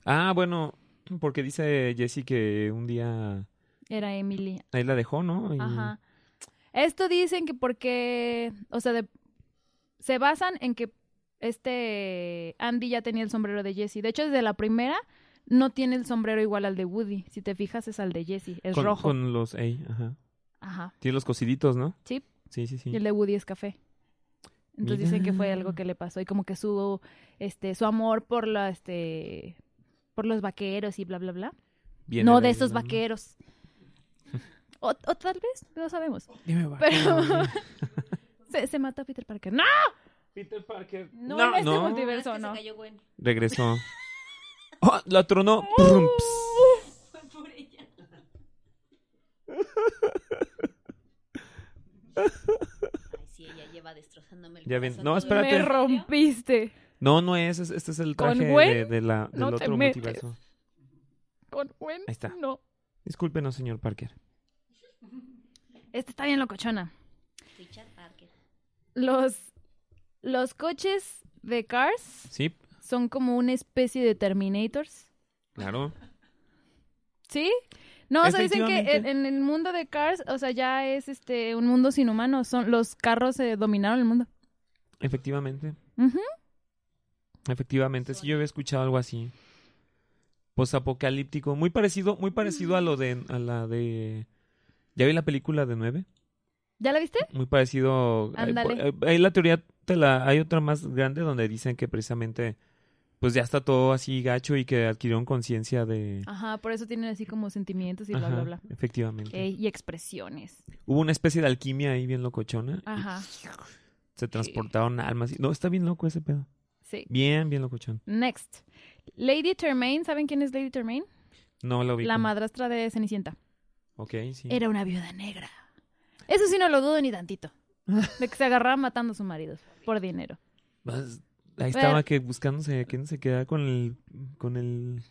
Ah, bueno, porque dice Jessie que un día Era Emily. ahí la dejó, ¿no? Y- Ajá. Esto dicen que porque, o sea, de- se basan en que este Andy ya tenía el sombrero de Jessie. De hecho, desde la primera no tiene el sombrero igual al de Woody. Si te fijas, es al de Jessie. Es con, rojo. Con los, ey, ajá. Ajá. Tiene los cosiditos, ¿no? Sí. Sí, sí, sí. Y el de Woody es café. Entonces dicen que fue Mira. algo que le pasó y como que su este su amor por la este por los vaqueros y bla bla bla. Viene no de de ahí, esos nada más. vaqueros. O, o tal vez, no sabemos. Dime, va. Pero se, se mató Peter Parker. ¡No! Peter Parker. No, en este multiverso, no. [LAUGHS] Regresó. Ah, ¡Oh! La tronó. Prum, ps. Ay, sí, ella lleva destrozándome el Ya ven. corazón No, todo el espérate. Me rompiste No, no es. es- Este es el Con traje Gwen de, de la, del no te otro metes. multiverso. con Gwen. Ahí está. No. Discúlpenos, señor Parker. Este está bien locochona. Richard Parker. Los los coches de Cars Sí, son como una especie de Terminators. claro. ¿Sí? No, o sea, dicen que en, Efectivamente. en el mundo de Cars, o sea, ya es este un mundo sin humanos. Son, los carros se dominaron el mundo. Efectivamente. Ujú. Efectivamente. Sí, yo había escuchado algo así. Posapocalíptico. Muy parecido, muy parecido Mm. a lo de. a la de. ¿Ya vi la película de 9? ¿Ya la viste? Muy parecido. Hay, Ándale. hay- hay la teoría, te la, hay otra más grande donde dicen que precisamente, pues ya está todo así gacho y que adquirieron conciencia de. Ajá, por eso tienen así como sentimientos y Ah, bla, bla, Ajá, bla. Efectivamente. Ey, y expresiones. Hubo una especie de alquimia ahí bien locochona. y Ajá, Se transportaron almas. y- No, está bien loco ese pedo. sí. Bien, bien locochón. Next. Lady Tremaine, ¿saben quién es Lady Tremaine? No lo vi. La madrastra de Cenicienta. Ok, sí. Era una viuda negra. Eso sí no lo dudo ni tantito. De que se agarraba matando a su marido por [LAUGHS] dinero. Vas- Ahí estaba que buscándose a quién se queda con el. con el.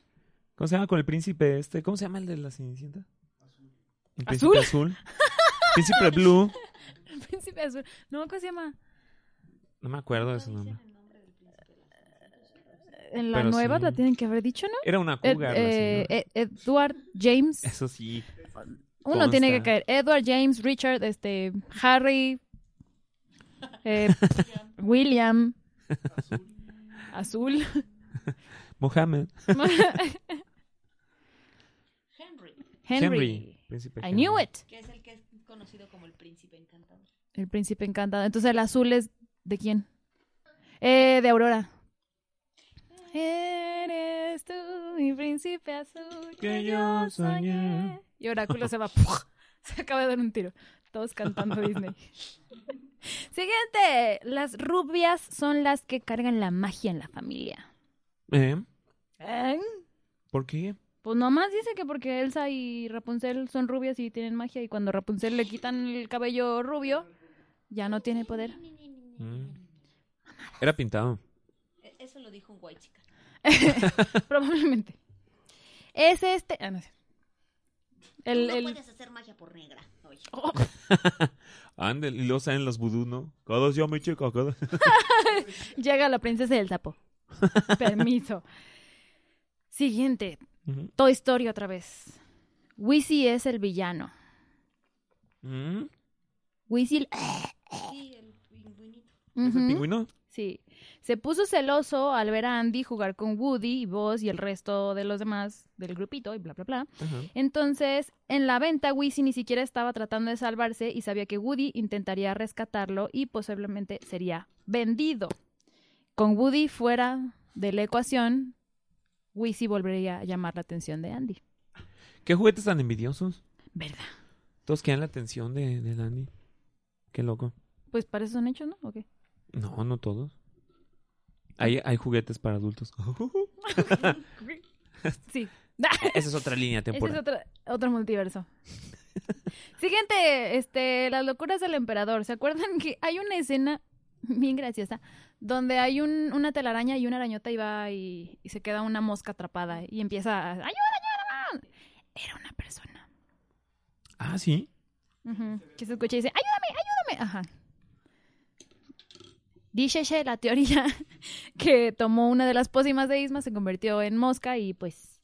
¿Cómo se llama? Con el príncipe este. ¿Cómo se llama el de la Cenicienta? El príncipe azul. príncipe [LAUGHS] blue. El príncipe azul. No, ¿cómo se llama? No me acuerdo de su nombre. En la Pero nueva sí. la tienen que haber dicho, ¿no? Era una Ed- cougar. la señora. eh, Ed- Edward James. Eso sí. Uno consta. tiene que caer. Edward James, Richard, este, Harry, eh, William, Azul, Mohammed. Henry, [LAUGHS] Henry. Príncipe I knew Henry. it. que es el que es conocido como el príncipe encantador. El príncipe encantado. Entonces el azul es de quién? Eh, de Aurora. Eres tú mi príncipe azul que yo soñé. Y Oráculo [LAUGHS] se va. ¡puf! Se acaba de dar un tiro. Todos cantando [LAUGHS] Disney. Siguiente. Las rubias son las que cargan la magia en la familia. ¿Eh? ¿Eh? ¿Por qué? Pues nomás dice que porque Elsa y Rapunzel son rubias y tienen magia y cuando Rapunzel le quitan el cabello rubio, ya no tiene poder. Mm. Era pintado. E- Eso lo dijo un guay chica. [LAUGHS] Probablemente. Es este. Ah, no sé. El, no el- puedes hacer magia por negra. Oye, Ándale, y luego salen los vudú, ¿no? Codos yo, mi chico, codos. Llega la princesa [LAUGHS] del sapo. Permiso. Siguiente. Ujú. Toy Story otra vez. Wizzy es el villano. Mm. Wizzy. sí, el [LAUGHS] pingüinito. ¿Es el pingüino? Sí. Se puso celoso al ver a Andy jugar con Woody y Buzz y el resto de los demás del grupito y bla, bla, bla. Ajá. Entonces, en la venta, Wizzy ni siquiera estaba tratando de salvarse y sabía que Woody intentaría rescatarlo y posiblemente sería vendido. Con Woody fuera de la ecuación, Wizzy volvería a llamar la atención de Andy. ¿Qué juguetes tan envidiosos? ¿Verdad? Todos quedan la atención de, de Dandy. Qué loco. Pues para eso son hechos, ¿no? ¿O qué? No, no todos. Hay, hay juguetes para adultos. Sí. Esa es otra línea Ese es temporal. otro, otro multiverso. [LAUGHS] Siguiente, este, las locuras del emperador. ¿Se acuerdan que hay una escena bien graciosa donde hay un- una telaraña y una arañota y va y, y se queda una mosca atrapada y empieza a... ¡Ayuda, ayuda! Era una persona Ah, sí. ujú, que se escucha y dice, ayúdame, ayúdame. Ajá. Dice la teoría [LAUGHS] que tomó una de las pócimas de Isma, se convirtió en mosca y pues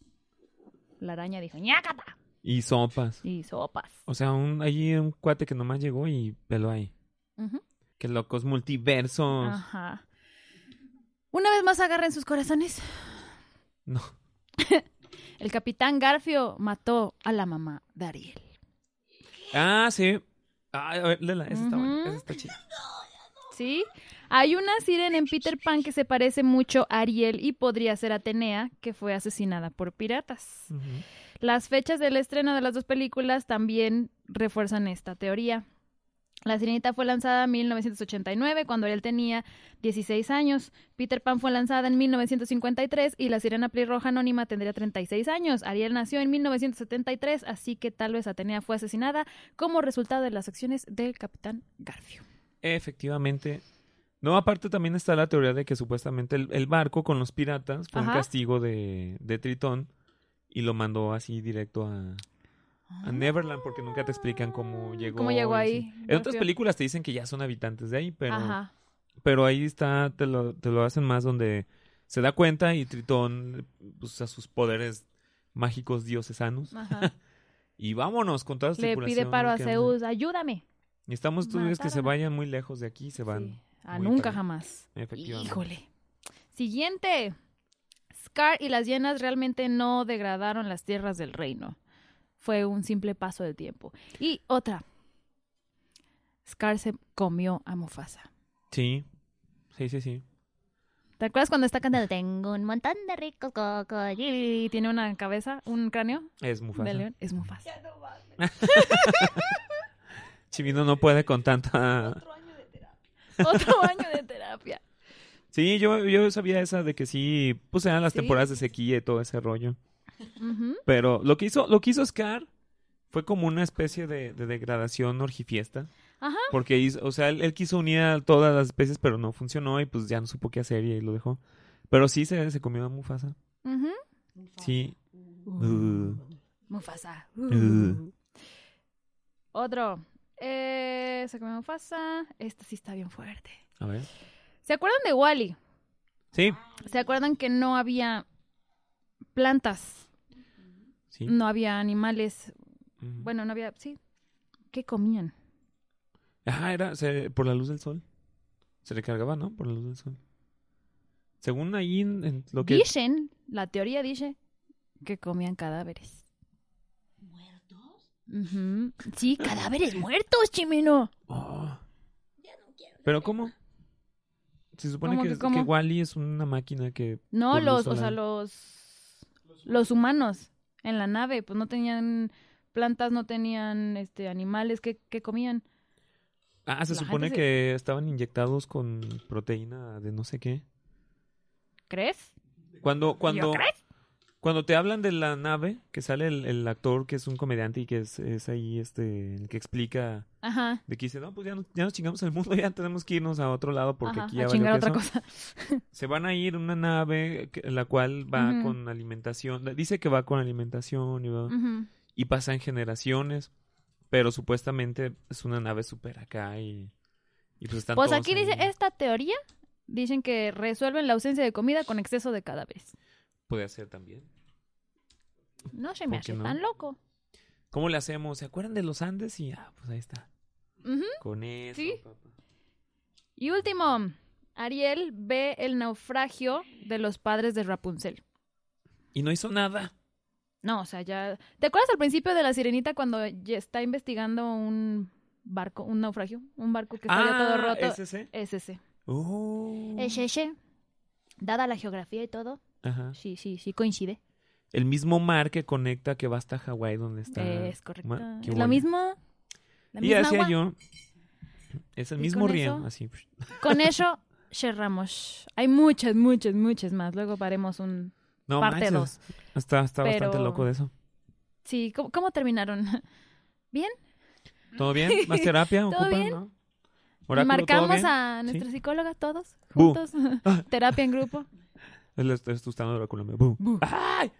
la araña dijo, ñácata. Y sopas. Y sopas. O sea, un, allí un cuate que nomás llegó y peló ahí. Ujú. Qué locos multiversos. Ajá. Una vez más agarren sus corazones. No. [LAUGHS] El capitán Garfio mató a la mamá de Ariel. Ah, sí. Ah, a ver, Lela, esa está buena. Ujú. Esa está chida. ¿Sí? Hay una sirena en Peter Pan que se parece mucho a Ariel y podría ser Atenea, que fue asesinada por piratas. Ujú. Las fechas del estreno de las dos películas también refuerzan esta teoría. La Sirenita fue lanzada en 1989, cuando Ariel tenía 16 años. Peter Pan fue lanzada en 1953 y la Sirena Pelirroja Anónima tendría 36 años. Ariel nació en 1973, así que tal vez Atenea fue asesinada como resultado de las acciones del Capitán Garfio. Efectivamente. No, aparte también está la teoría de que supuestamente el, el barco con los piratas fue un Ajá. castigo de, de Tritón y lo mandó así directo a, a Neverland porque nunca te explican cómo llegó. ¿Cómo llegó y ahí? así. En otras Garfio. películas te dicen que ya son habitantes de ahí, pero, Ajá. pero ahí está, te lo, te lo hacen más donde se da cuenta y Tritón usa sus poderes mágicos diosesanos [LAUGHS] Ajá. y vámonos con toda su Le pide tripulación, paro ¿no? a que anda. Zeus, ayúdame. Y estamos tú ves que se Mataron a- vayan muy lejos de aquí, se van. Sí. A muy nunca para- jamás. Efectivamente. Híjole. Siguiente. Scar y las hienas realmente no degradaron las tierras del reino. Fue un simple paso del tiempo. Y otra. Scar se comió a Mufasa. Sí, sí, sí, sí. ¿Te acuerdas cuando está cantando? Tengo un montón de ricos cocodrilos. Tiene una cabeza, un cráneo Es Mufasa. de león. Es Mufasa. Chivino no puede con tanta... [LAUGHS] Otro año de terapia. Sí, yo, yo sabía esa de que sí, pues eran las Sí. temporadas de sequía y todo ese rollo. Ujú. Pero lo que hizo, lo que hizo Scar fue como una especie de, de degradación orgifiesta. Ajá. Porque, hizo- o sea, él, él quiso unir a todas las especies, pero no funcionó y pues ya no supo qué hacer y ahí lo dejó. Pero sí se, se comió a Mufasa. Ujú. Sí. Uh. Uh. Mufasa. Uh. Otro. Eh, se comió Mufasa. Este sí está bien fuerte. A ver. ¿Se acuerdan de Wally? Sí. ¿Se acuerdan que no había plantas? Sí. No había animales. Ujú. Bueno, no había. Sí. ¿Qué comían? Ajá, era se- por la luz del sol. Se recargaba, ¿no? Por los Según ahí en, en lo que... Dicen, la teoría dice que comían cadáveres. ¿Muertos? Ujú. [GASPS] Sí, cadáveres muertos, Chimeno. Oh, Ya no quiero. ¿Pero cómo? Se supone ¿Cómo que, que que cómo? Wall-E es una máquina que... No, por luz los, o sea, solar- los, los humanos en la nave, pues no tenían plantas, no tenían este animales que, comían. Ah, se la supone gente se- que estaban inyectados con proteína de no sé qué. ¿Crees? Cuando, cuando, crees? cuando te hablan de la nave, que sale el, el actor que es un comediante y que es, es ahí este, el que explica Ajá. de que dice, no, pues ya nos, ya nos chingamos el mundo, [LAUGHS] ya tenemos que irnos a otro lado porque ajá, aquí ya a valió chingar otra queso". cosa. Se van a ir una nave que- la cual va Ujú. Mm. con alimentación, dice que va con alimentación y, va, Ujú. y pasan generaciones, pero supuestamente es una nave super acá y, y pues están Pues todos aquí ahí. dice, esta teoría, dicen que resuelven la ausencia de comida con exceso de cadáveres. Puede ser también. No se me ¿Por qué hace no? tan loco. ¿Cómo le hacemos? ¿Se acuerdan de los Andes? Y ah, pues ahí está. Ujú. Con eso, Sí. papá. Y último, Ariel ve el naufragio de los padres de Rapunzel. Y no hizo nada. No, o sea, ya. ¿Te acuerdas al principio de la sirenita cuando ya está investigando un barco, un naufragio? Un barco que está ya todo roto. Ah, ¿es ese? Es ese. Oh. Es ese. Dada la geografía y todo, Ajá. sí, sí, sí coincide. El mismo mar que conecta que va hasta Hawái donde está. Es correcto. Ah, Ma- qué Es bueno. lo mismo. La Y misma hacía agua. yo. Es el Y mismo con río, eso- así. Con eso cerramos. Hay muchas, muchas, muchas más. Luego paremos un. No, Parte manches. dos. Está, está bastante Pero- loco de eso. Sí, ¿cómo, cómo terminaron? ¿Todo bien? [LAUGHS] ¿Más terapia? ¿Todo ¿Ocupan? bien? ¿No? Oráculo, ¿todo Marcamos bien? a Sí. nuestra psicóloga todos Bu. Ah. juntos. Terapia en grupo. El est- estustano de oráculo. me- ¡Bum! Bu. ¡Ay!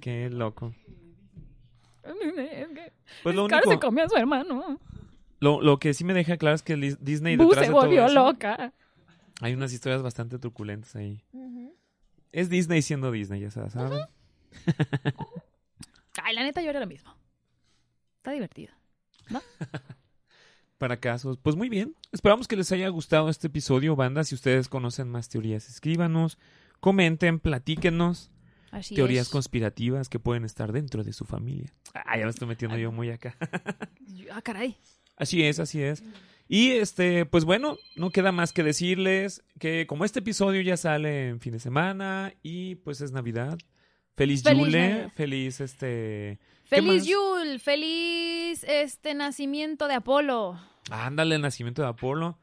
Qué loco. Pues Ah. lo Scar único, se comió a su hermano. lo, lo que sí me deja claro es que Lis- Disney Bu detrás se de todo volvió eso, loca. Hay unas historias bastante truculentas ahí. Es Disney siendo Disney, ya sabes, ¿saben? Ay, la neta, yo era lo mismo. Está divertido. Para casos. Pues muy bien. Esperamos que les haya gustado este episodio, banda. Si ustedes conocen más teorías, escríbanos, comenten, platíquenos. Así teorías es. conspirativas que pueden estar dentro de su familia. Ah, ya me estoy metiendo yo muy acá. [LAUGHS] Ah, caray. Así es, así es. Y este, pues bueno, no queda más que decirles que como este episodio ya sale en fin de semana y pues es Navidad. Feliz, Feliz Yule, Navidad. feliz este. Feliz más? Yul, feliz este nacimiento de Apolo. Ándale, el nacimiento de Apolo.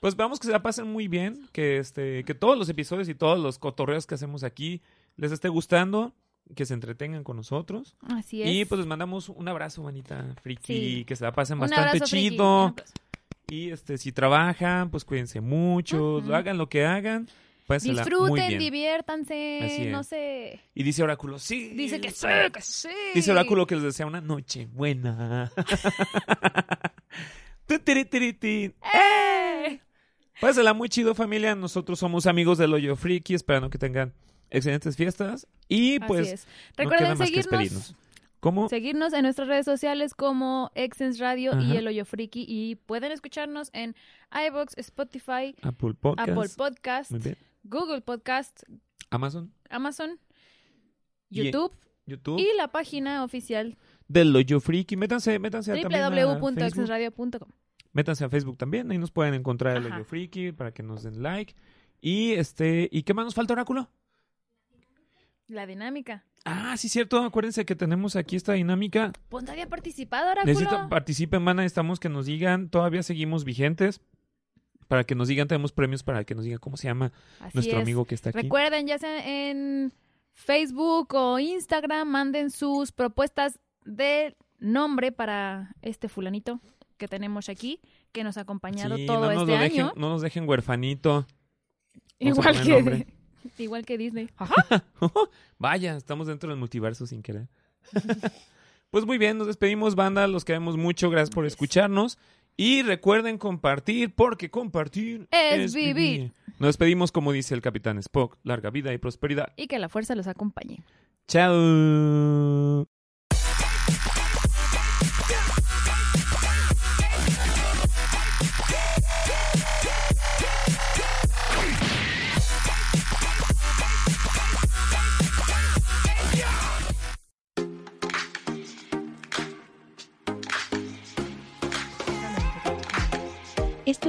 Pues veamos que se la pasen muy bien, que este, que todos los episodios y todos los cotorreos que hacemos aquí les esté gustando, que se entretengan con nosotros. Así es. Y pues les mandamos un abrazo, manita friki, Sí. que se la pasen Un bastante abrazo, friki. chido. Un abrazo. Y este, si trabajan, pues cuídense mucho, Ujú. hagan lo que hagan, pásensela muy Disfruten, bien. Así diviértanse, es. no sé. y dice Oráculo, sí. Dice que sí, que sí. Dice Oráculo que les desea una noche [LAUGHS] buena. Tu, tiri, tiri, ti. ¡Eh! Pásala muy chido, familia. Nosotros somos amigos del Hoyo Friki, esperando que tengan excelentes fiestas. Y Así pues, es. no queda Recuerden más que seguirnos, despedirnos. ¿Cómo? seguirnos en nuestras redes sociales como Exens Radio y Ajá. El Hoyo Friki y pueden escucharnos en iBox, Spotify, Apple Podcast. Apple Podcast, Muy bien. Google Podcast, Amazon, Amazon, Y- YouTube YouTube. y la página oficial del Hoyo Friki. Métanse, métanse a también a Facebook. www.exensradio.com. Métanse a Facebook también, ahí nos pueden encontrar el Ajá. Hoyo Friki para que nos den like. Y este, ¿y qué más nos falta, Oráculo? La dinámica. Ah, sí, cierto, acuérdense que tenemos aquí esta dinámica. Pues no había participado, Oráculo. Necesito, participen, mana, necesitamos que nos digan, todavía seguimos vigentes. Para que nos digan, tenemos premios para que nos digan cómo se llama Así nuestro es. amigo que está aquí. Recuerden, ya sea en Facebook o Instagram, manden sus propuestas de nombre para este fulanito que tenemos aquí, que nos ha acompañado Sí, todo no, nos este lo dejen, año. no nos dejen huerfanito. Vamos a Igual poner que, nombre. [LAUGHS] igual que Disney. Vaya, estamos dentro del multiverso sin [LAUGHS] querer. pues muy bien, nos despedimos, banda. Los queremos mucho. Gracias por escucharnos. Y recuerden compartir, porque compartir Es vivir. Nos despedimos, como dice el capitán Spock. Larga vida y prosperidad. Y que la fuerza los acompañe. Chao. Esto